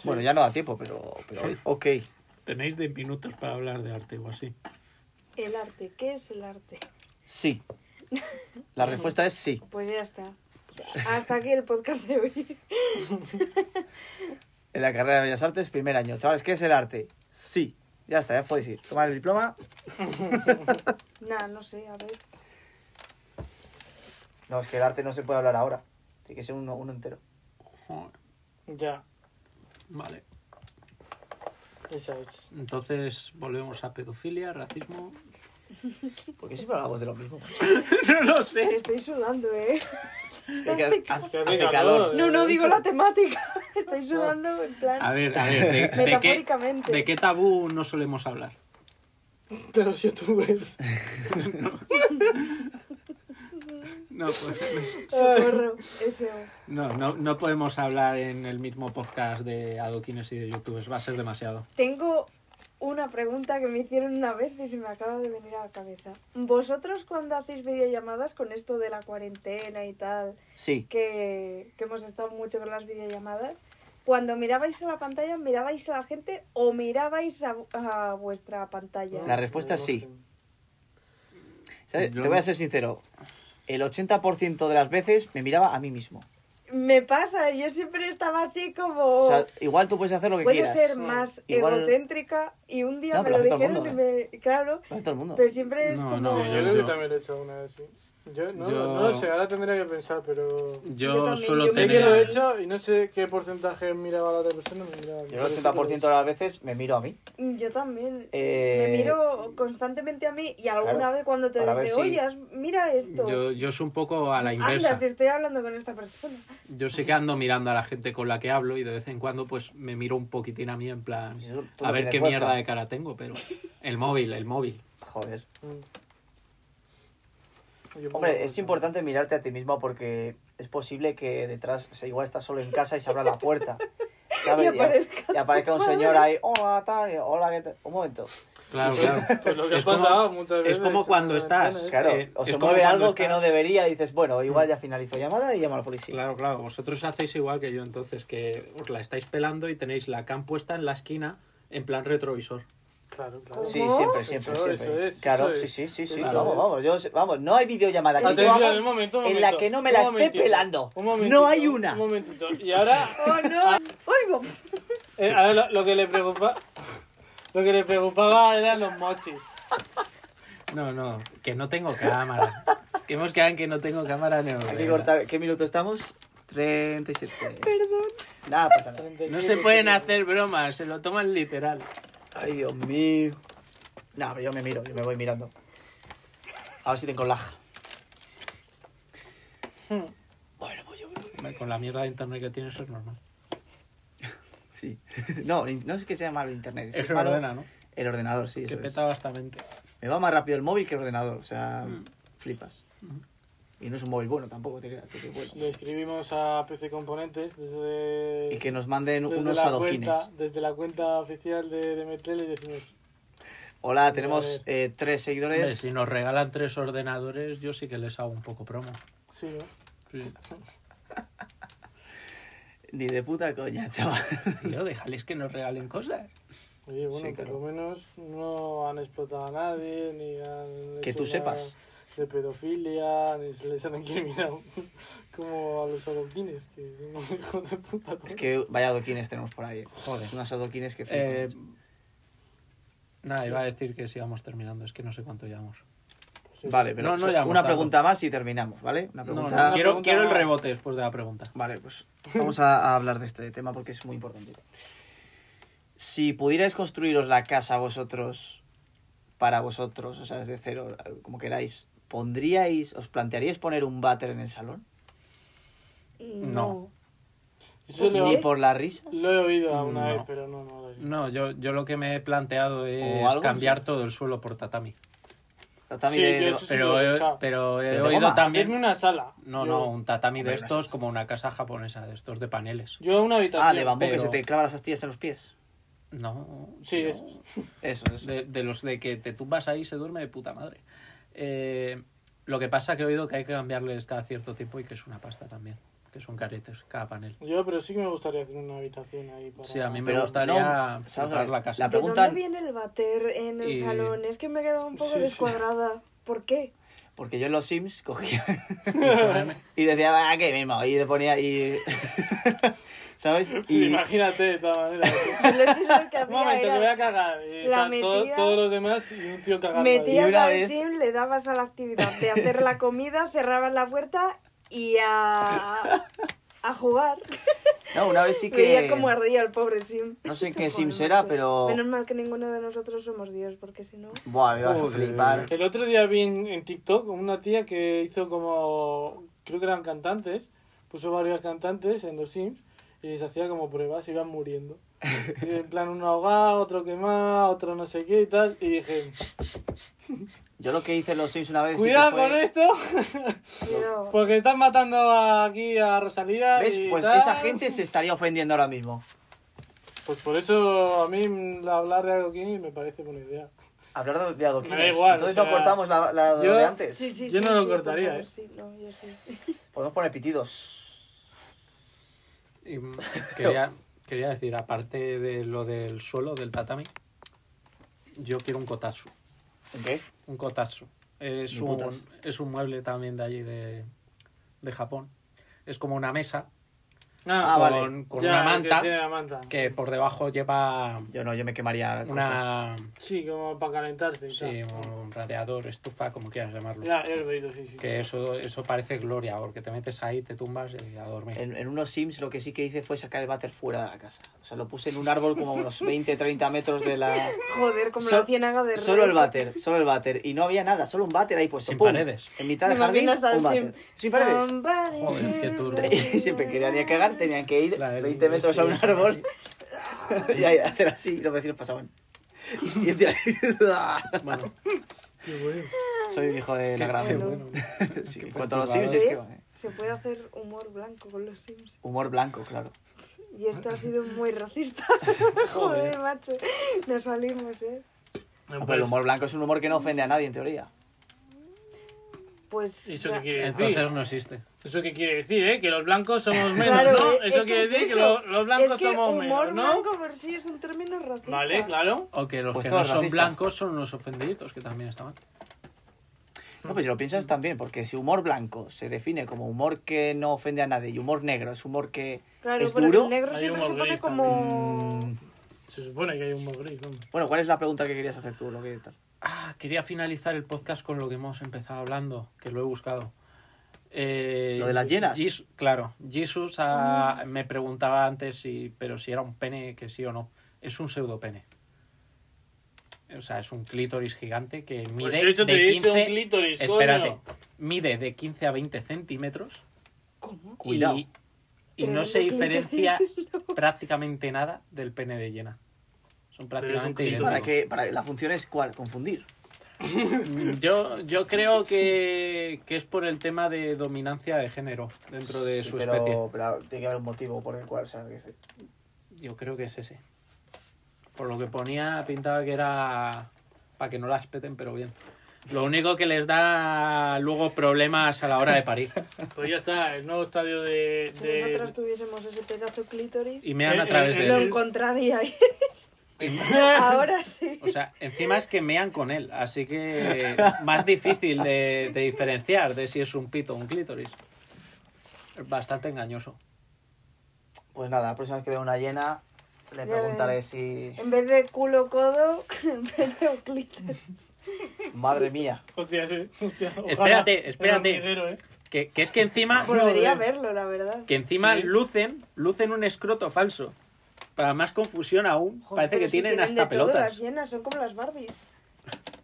C: Bueno, ya no da tiempo, pero... pero
B: Sí.
C: Ok.
B: Tenéis 10 minutos para hablar de arte o así.
D: El arte, ¿qué es el arte?
C: Sí. La respuesta es sí.
D: Pues ya está. Hasta aquí el podcast de hoy.
C: en la carrera de Bellas Artes, primer año. Chavales, ¿qué es el arte? Sí. Ya está, ya os podéis ir. Tomad el diploma.
D: Nah, no sé, a ver.
C: No, es que el arte no se puede hablar ahora. Tiene que ser uno, uno entero.
B: Joder,
A: Ya,
B: Vale.
A: esa es.
B: Entonces volvemos a pedofilia, racismo.
C: Porque siempre hablamos de lo mismo.
B: no lo sé.
D: Estoy sudando, ¿eh?
C: Es que hace, hace-
A: Que
C: hace
A: diga,
C: calor.
A: no,
D: No, no
A: no,
D: digo la temática. Estoy sudando en
B: Pues Oh. A
D: plan.
B: ver, a ver, de, de qué,
D: Metafóricamente.
B: ¿de qué tabú no solemos hablar?
A: De los youtubers.
B: No, pues,
D: Socorro. Oh, Eso.
B: no, no, no podemos hablar en el mismo podcast de adoquines y de youtubers, va a ser demasiado.
D: Tengo una pregunta que me hicieron una vez y se me acaba de venir a la cabeza. ¿Vosotros cuando hacéis videollamadas con esto de la cuarentena y tal,
C: Sí.
D: que, que hemos estado mucho con las videollamadas, cuando mirabais a la pantalla, mirabais a la gente o mirabais a, a vuestra pantalla?
C: La respuesta es sí. ¿Sabes?
B: Yo-
C: Te voy a ser sincero. El 80% de las veces me miraba a mí mismo.
D: Me pasa, yo siempre estaba así como...
C: O sea, igual tú puedes hacer lo que
D: Puedo
C: quieras.
D: Oh. ser más
C: Igual-
D: egocéntrica y un día
C: No,
D: me
C: pero
D: lo
C: hace todo el
D: dijeron
C: mundo, ¿eh?
D: y me... Claro,
C: Lo hace todo el mundo.
D: pero siempre es
B: No,
D: como...
A: No,
B: Sí,
A: yo,
B: yo-
A: creo que
B: yo-
A: también lo he hecho alguna vez, sí. Yo no,
B: Yo-
A: no lo sé, ahora tendría que pensar, pero.
B: Yo,
D: Yo también,
B: suelo
D: yo
A: Sé
D: me-
A: que lo he
B: tener...
A: hecho y no sé qué porcentaje miraba la otra persona. me miraba a mí.
C: Yo el 80% de las veces me miro a mí.
D: Yo también.
C: Eh,
D: Me miro constantemente a mí y alguna
C: claro,
D: vez cuando te
C: para ver
D: dice,
C: si-
D: oye, has- mira esto.
B: Yo, yo soy un poco a la
D: Anda,
B: inversa.
D: si estoy hablando con esta persona.
B: Yo sé que ando mirando a la gente con la que hablo y de vez en cuando pues me miro un poquitín a mí en plan
C: Si tú- tú
B: a
C: no
B: ver
C: tienes
B: qué
C: webcam.
B: mierda de cara tengo, pero el móvil, el móvil.
C: Joder.
A: Yo pongo-
C: Hombre, es importante mirarte a ti mismo porque es posible que detrás, o sea, igual estás solo en casa y se abra la puerta. ¿sabes?
D: Y
C: Y,
D: aparezca
C: y aparezca un señor ahí, hola, tal, hola, ¿qué tal? Un momento.
B: Claro,
A: Sí,
B: claro.
A: pues lo que
B: Es
A: ha
B: como-
A: pasado muchas
B: es
A: veces.
B: como cuando
A: en la ventana,
B: estás,
A: ¿eh?
C: Claro,
B: Eh,
C: o
B: es
C: se
B: como
C: mueve
B: cuando
C: algo que
B: estás-
C: no debería y dices, bueno, igual
A: Mm.
C: ya finalizó llamada y llama a la policía.
B: Claro, claro. Vosotros hacéis igual que yo entonces, que os la estáis pelando y tenéis la cam puesta en la esquina en plan retrovisor.
A: Claro, claro.
C: Sí,
D: ¿Cómo?
C: siempre, siempre,
A: Eso-
C: siempre.
A: eso es,
C: claro,
A: eso
C: sí,
A: es,
C: sí, sí, sí.
A: eso
C: Vamos,
A: es.
C: vamos, yo sé- vamos. No hay videollamada que yo
A: Atención,
C: haga
A: un momento, un
C: en
A: momento,
C: la que no me
A: un
C: la esté
A: momentito,
C: pelando.
A: un momentito,
C: No hay una.
A: Un momentito. Y ahora,
D: ¡Oh, no!
B: Ah.
D: ¡Oigo!
A: eh, ahora lo, lo que le preocupa, lo que le preocupaba eran los mochis.
B: No, no, que no tengo cámara. que hemos quedado en que no tengo cámara ni
C: Hay que
B: ordenador.
C: cortar. ¿Qué minuto estamos? 37.
D: Perdón.
C: Nada, pasa nada.
B: No se pueden hacer bromas, se lo toman literal.
C: Ay, Dios mío. No, pero yo me miro, yo me voy mirando. A ver si tengo lag.
A: Hmm.
C: Bueno, pues yo creo que...
B: Hombre, Con la mierda de internet que tienes es normal.
C: Sí. No, no es que sea malo internet. Es, que
B: Es
C: es malo
B: ordena, ¿no?
C: el ordenador, sí.
B: Que
C: eso es.
B: peta bastante.
C: Me va más rápido el móvil que el ordenador. O sea,
B: Mm.
C: flipas. Y no es un móvil bueno tampoco, te creas. tú, que bueno.
A: Le escribimos a PC Componentes desde,
C: Y que nos manden
A: desde
C: unos
A: la
C: adoquines.
A: Cuenta, desde la cuenta oficial de, de Metel y decimos,
C: Hola, tenemos
A: A
C: eh, tres
B: Hombre,
C: seguidores.
B: Si nos regalan tres ordenadores, yo sí que les hago un poco promo.
A: sí, ¿no?
B: Sí.
C: Ni de puta coña, chaval.
B: Tío, déjales que nos regalen cosas.
A: Oye, bueno,
C: Sí, claro.
A: por lo menos no han explotado a nadie, ni han
C: Que tú
A: nada
C: sepas.
A: De pedofilia, ni se les han incriminado como a los adoquines, que son unos hijos de puta.
C: Es que vaya adoquines tenemos por ahí.
B: Joder.
C: Es unos adoquines que
B: Eh,
C: flipas.
B: nada, iba a decir que sigamos terminando, es que no sé cuánto llevamos.
A: Sí.
C: Vale, pero
B: No, no
C: so-
B: llamo
C: una
B: tanto.
C: pregunta más y terminamos, ¿vale? Una pregunta.
B: No, no, quiero,
A: pregunta-
B: quiero el rebote después de la pregunta.
C: Vale, pues vamos a, a hablar de este tema porque es muy importante. Si pudierais construiros la casa vosotros, para vosotros, o sea, desde cero, como queráis, ¿pondríais, os plantearíais poner un váter en el salón?
B: No.
A: Eso lo,
C: ¿Ni por las risas?
A: lo he oído una
B: No.
A: vez, pero no, no lo he oído.
B: No, yo, yo lo que me he planteado
C: ¿O
B: es
C: algo?
B: cambiar todo el suelo por tatami.
C: Tatami
A: Sí,
C: de-
A: yo
C: de-
A: eso sí.
B: Pero he,
A: o sea,
B: pero he
C: ¿pero de
B: oído
C: goma?
A: Hacerme
B: también...
A: una sala.
B: No,
A: Yo-
B: no, un tatami de
C: Hombre, no
B: estos como una casa japonesa, de estos de paneles.
A: Yo una habitación.
C: Ah, de bambú, que
B: pero-
C: se te clavan las astillas en los pies.
B: No.
A: Sí,
B: no.
A: eso.
C: Eso, eso.
B: De, de los de que te tumbas ahí y se duerme de puta madre. Eh, lo que pasa que he oído que hay que cambiarles cada cierto tiempo y que es una pasta también. Que son caretes, cada panel.
A: Yo, pero sí que me gustaría hacer una habitación ahí para...
B: Sí, a mí me
C: Pero
B: gustaría
C: no, vamos a
B: preparar
C: ver,
B: la casa.
C: la
D: ¿De
C: pregunta-
D: dónde viene el bater en el
B: Y-
D: salón? Es que me he quedado un poco
A: Sí, sí.
D: descuadrada. ¿Por qué?
C: Porque yo en los Sims cogía y decía, ah, qué mismo. Y le ponía y. ¿Sabes? Y,
A: Imagínate de todas maneras.
D: Lo primero que
A: Un
D: hacía
A: momento,
D: era-
A: que voy a cagar. Y
D: La
A: están to-
D: metía-
A: todos los demás y un tío cagando. ahí.
C: Y
D: Metías
C: una
D: al
C: vez-
D: sim, le dabas a la actividad de hacer la comida, cerrabas la puerta y a, a jugar.
C: no, una vez sí que.
D: Veía cómo ardía el pobre sim.
C: No sé qué
D: Joder,
C: Sims era,
D: macho.
C: pero.
D: Menos mal que ninguno de nosotros somos Dios, porque si no...
C: Buah, me vas a
B: Joder.
C: flipar.
A: El otro día vi en, en TikTok una tía que hizo como. Creo que eran cantantes. Puso varios cantantes en los Sims y les hacía como pruebas, iban muriendo. Y en plan, uno ahogado, otro quemado, otro no sé qué y tal. Y dije,
C: Yo lo que hice en los Sims una vez. sí que
A: cuidado
C: fue-
A: con esto,
D: Pero...
A: porque están matando a- aquí a Rosalía.
C: ¿Ves?
A: y
C: Pues
A: tal".
C: esa gente se estaría ofendiendo ahora mismo.
A: Pues por eso a mí mm, hablar de Adoquini me parece buena idea.
C: Hablar de- de
A: Me da
C: adoquines.
A: igual,
C: Entonces
A: o
C: no
A: sea,
C: cortamos la, la de
A: yo-
C: de antes.
D: Sí, sí,
A: Pues, Yo
D: sí,
A: no lo
D: sí, por
A: cortaría,
D: favor,
A: ¿eh?
D: sí, no, yo sí.
C: Podemos poner pitidos.
B: Y, mm, quería, quería decir, aparte de lo del suelo, del tatami, yo quiero un kotatsu.
C: ¿En qué?
B: Un kotatsu. Es
C: Ni
B: un,
C: putas.
B: es un mueble también de allí de, de Japón. Es como una mesa
C: Ah,
B: con,
C: vale.
B: con
A: Ya,
B: una
A: que
B: manta
A: tiene la manta.
B: que por debajo lleva
C: Yo no, yo me quemaría cosas.
B: una
A: Sí, como para calentarse. y
B: sí, un radiador, estufa, como quieras llamarlo.
A: tal. Ya, ya lo he oído, sí, sí.
B: Que eso, eso parece gloria, porque te metes ahí, te tumbas y a dormir.
C: En, en unos Sims lo que sí que hice fue sacar el váter fuera de la casa. O sea, lo puse en un árbol como a unos 20, 30 metros de la...
D: Joder, como
C: Sol-
D: la ciénaga de
C: Solo el
D: Rey.
C: váter, solo el váter. Y no había nada, solo un váter ahí puesto.
B: Sin
C: ¡pum!
B: paredes.
C: En mitad del
D: Me
C: jardín,
D: imaginas al
C: un váter.
D: sim,
C: Sin paredes.
D: "Somebody
B: Joder, qué turbo.
D: help
C: Siempre que
D: me".
C: querían ir a cagar tenían que ir
B: La del
C: 20 metros a un
B: vestido,
C: árbol y ahí hacer así. y Los vecinos pasaban. Y el tío ahí, "Ah".
B: Bueno,
A: Qué bueno.
C: Soy un hijo de la gran.
B: Ah, qué
D: ¿no?
B: bueno.
C: Sí,
B: Qué
C: en cuanto a los Sims,
B: perturbador.
C: es que,
D: ¿Ves?
C: eh,
D: Se puede hacer humor blanco con los Sims. ¿eh?
C: humor blanco, claro.
D: Y esto ha sido muy racista.
A: Joder.
D: Joder, macho. Nos salimos, ¿eh?
A: No,
C: Hombre, el
A: pues,
C: humor blanco es un humor que no ofende a nadie, en teoría.
D: Pues.
A: ¿Eso
D: ya-
A: qué quiere decir?
B: Entonces no existe.
A: ¿Eso qué quiere decir, eh? Que los blancos somos menos,
D: Claro,
A: ¿no?
D: ¿eh?
A: Eso
D: Es
A: quiere
D: es
A: decir que
D: eso.
A: lo- los blancos
D: Es que
A: somos menos,
D: humor
A: ¿no?
D: blanco por sí es un término racista.
A: Vale, claro.
B: O que los
C: Pues
B: que
C: todo
B: no
C: es
B: son
C: racista.
B: blancos son los ofendiditos, que también estaban.
C: No, pues si lo piensas también, porque si humor blanco se define como humor que no ofende a nadie y humor negro es humor que
D: Claro,
C: es
D: pero
C: duro.
D: el negro
A: Hay
D: siempre
A: humor
D: se pone
A: gris
D: como.
C: Mm,
A: Se supone que hay humor gris, hombre.
C: Bueno, ¿cuál es la pregunta que querías hacer tú? Lo que tal?
B: Ah, quería finalizar el podcast con lo que hemos empezado hablando, que lo he buscado. Eh,
C: ¿Lo de las hienas?
B: Jes- claro, Jesus ah, me preguntaba antes si, pero si era un pene, que sí o no. Es un pseudopene. O sea, es un clítoris gigante que mide
A: Pues eso te
B: de
A: he dicho,
B: 15...
A: un clítoris,
B: espérate,
A: coño.
B: mide de 15 a 20 centímetros
D: ¿Cómo?
C: Cuidado.
B: y, y
D: Pero
B: no
D: es
B: se
D: lo que
B: diferencia prácticamente nada del pene de hiena.
A: Pero
B: Son
A: es un
B: prácticamente
A: clítoris.
B: idénticos.
C: Para que para, la función es cuál? Confundir.
B: Yo, yo creo que, que es por el tema de dominancia de género dentro de
C: Sí,
B: su
C: pero,
B: especie.
C: pero tiene que haber un motivo por el cual. o sea, que-
B: Yo creo que es ese. Por lo que ponía, pintaba que era para que no las peten, pero bien. Lo único que les da luego problemas a la hora de parir.
A: Pues ya está, el nuevo estadio de...
D: Si
A: de-
D: nosotros tuviésemos ese pedazo clítoris,
B: Y me dan
A: Eh,
B: a través
A: eh,
D: lo
A: eh,
B: de él.
D: encontraríais. Ahora sí.
B: O sea, encima es que mean con él, así que más difícil de, de diferenciar de si es un pito o un clítoris. Bastante engañoso.
C: Pues nada, la próxima vez que vea una llena le
D: Ya
C: preguntaré
D: ves.
C: si.
D: En vez de culo codo, veo clítoris.
C: Madre mía.
A: Hostia, sí, hostia. ojalá.
B: Espérate,
A: Era un
B: espérate.
A: hormiguero, ¿eh?
B: Que, que es que encima...
D: Volvería a verlo, la verdad.
B: Que encima
A: Sí.
B: lucen, lucen un escroto falso. Para más confusión aún,
D: Joder,
B: parece
D: pero
B: que
D: si
B: tienen,
D: de
B: hasta
D: todo
B: pelotas.
D: Las llenas son como las Barbies.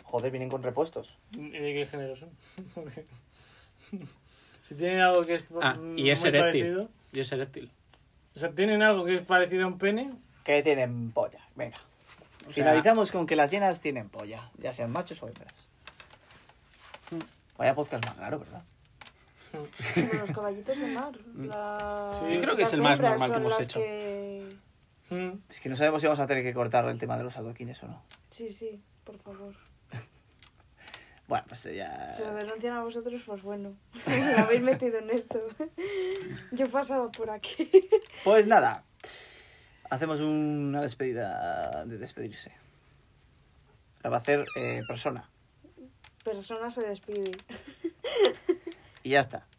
C: Joder, vienen con repuestos.
A: ¿Y de qué género son? si tienen algo que es...
B: Ah, y es
A: muy
B: eréctil.
A: parecido.
B: Y es eréctil.
A: O sea, ¿tienen algo que es parecido a un pene?
C: Que tienen polla. Venga.
B: O sea,
C: Finalizamos con que las llenas tienen polla, ya sean machos o hembras. Vaya podcast más raro, ¿verdad?
D: Como los caballitos de mar. La-
A: Sí, yo creo
B: que es
D: las
B: el más
D: hembras
B: normal que
D: son
B: hemos
D: las
B: hecho.
D: que-
A: Mm.
C: Es que no sabemos si vamos a tener que cortar el tema de los adoquines o no.
D: Sí, sí, por favor.
C: Bueno, pues
B: Ah.
C: ya.
D: Si lo denuncian a vosotros, pues bueno. Me habéis metido en esto. Yo pasaba por aquí.
C: Pues nada. Hacemos una despedida de despedirse. La va a hacer eh, persona.
D: Persona se despide.
C: Y ya está.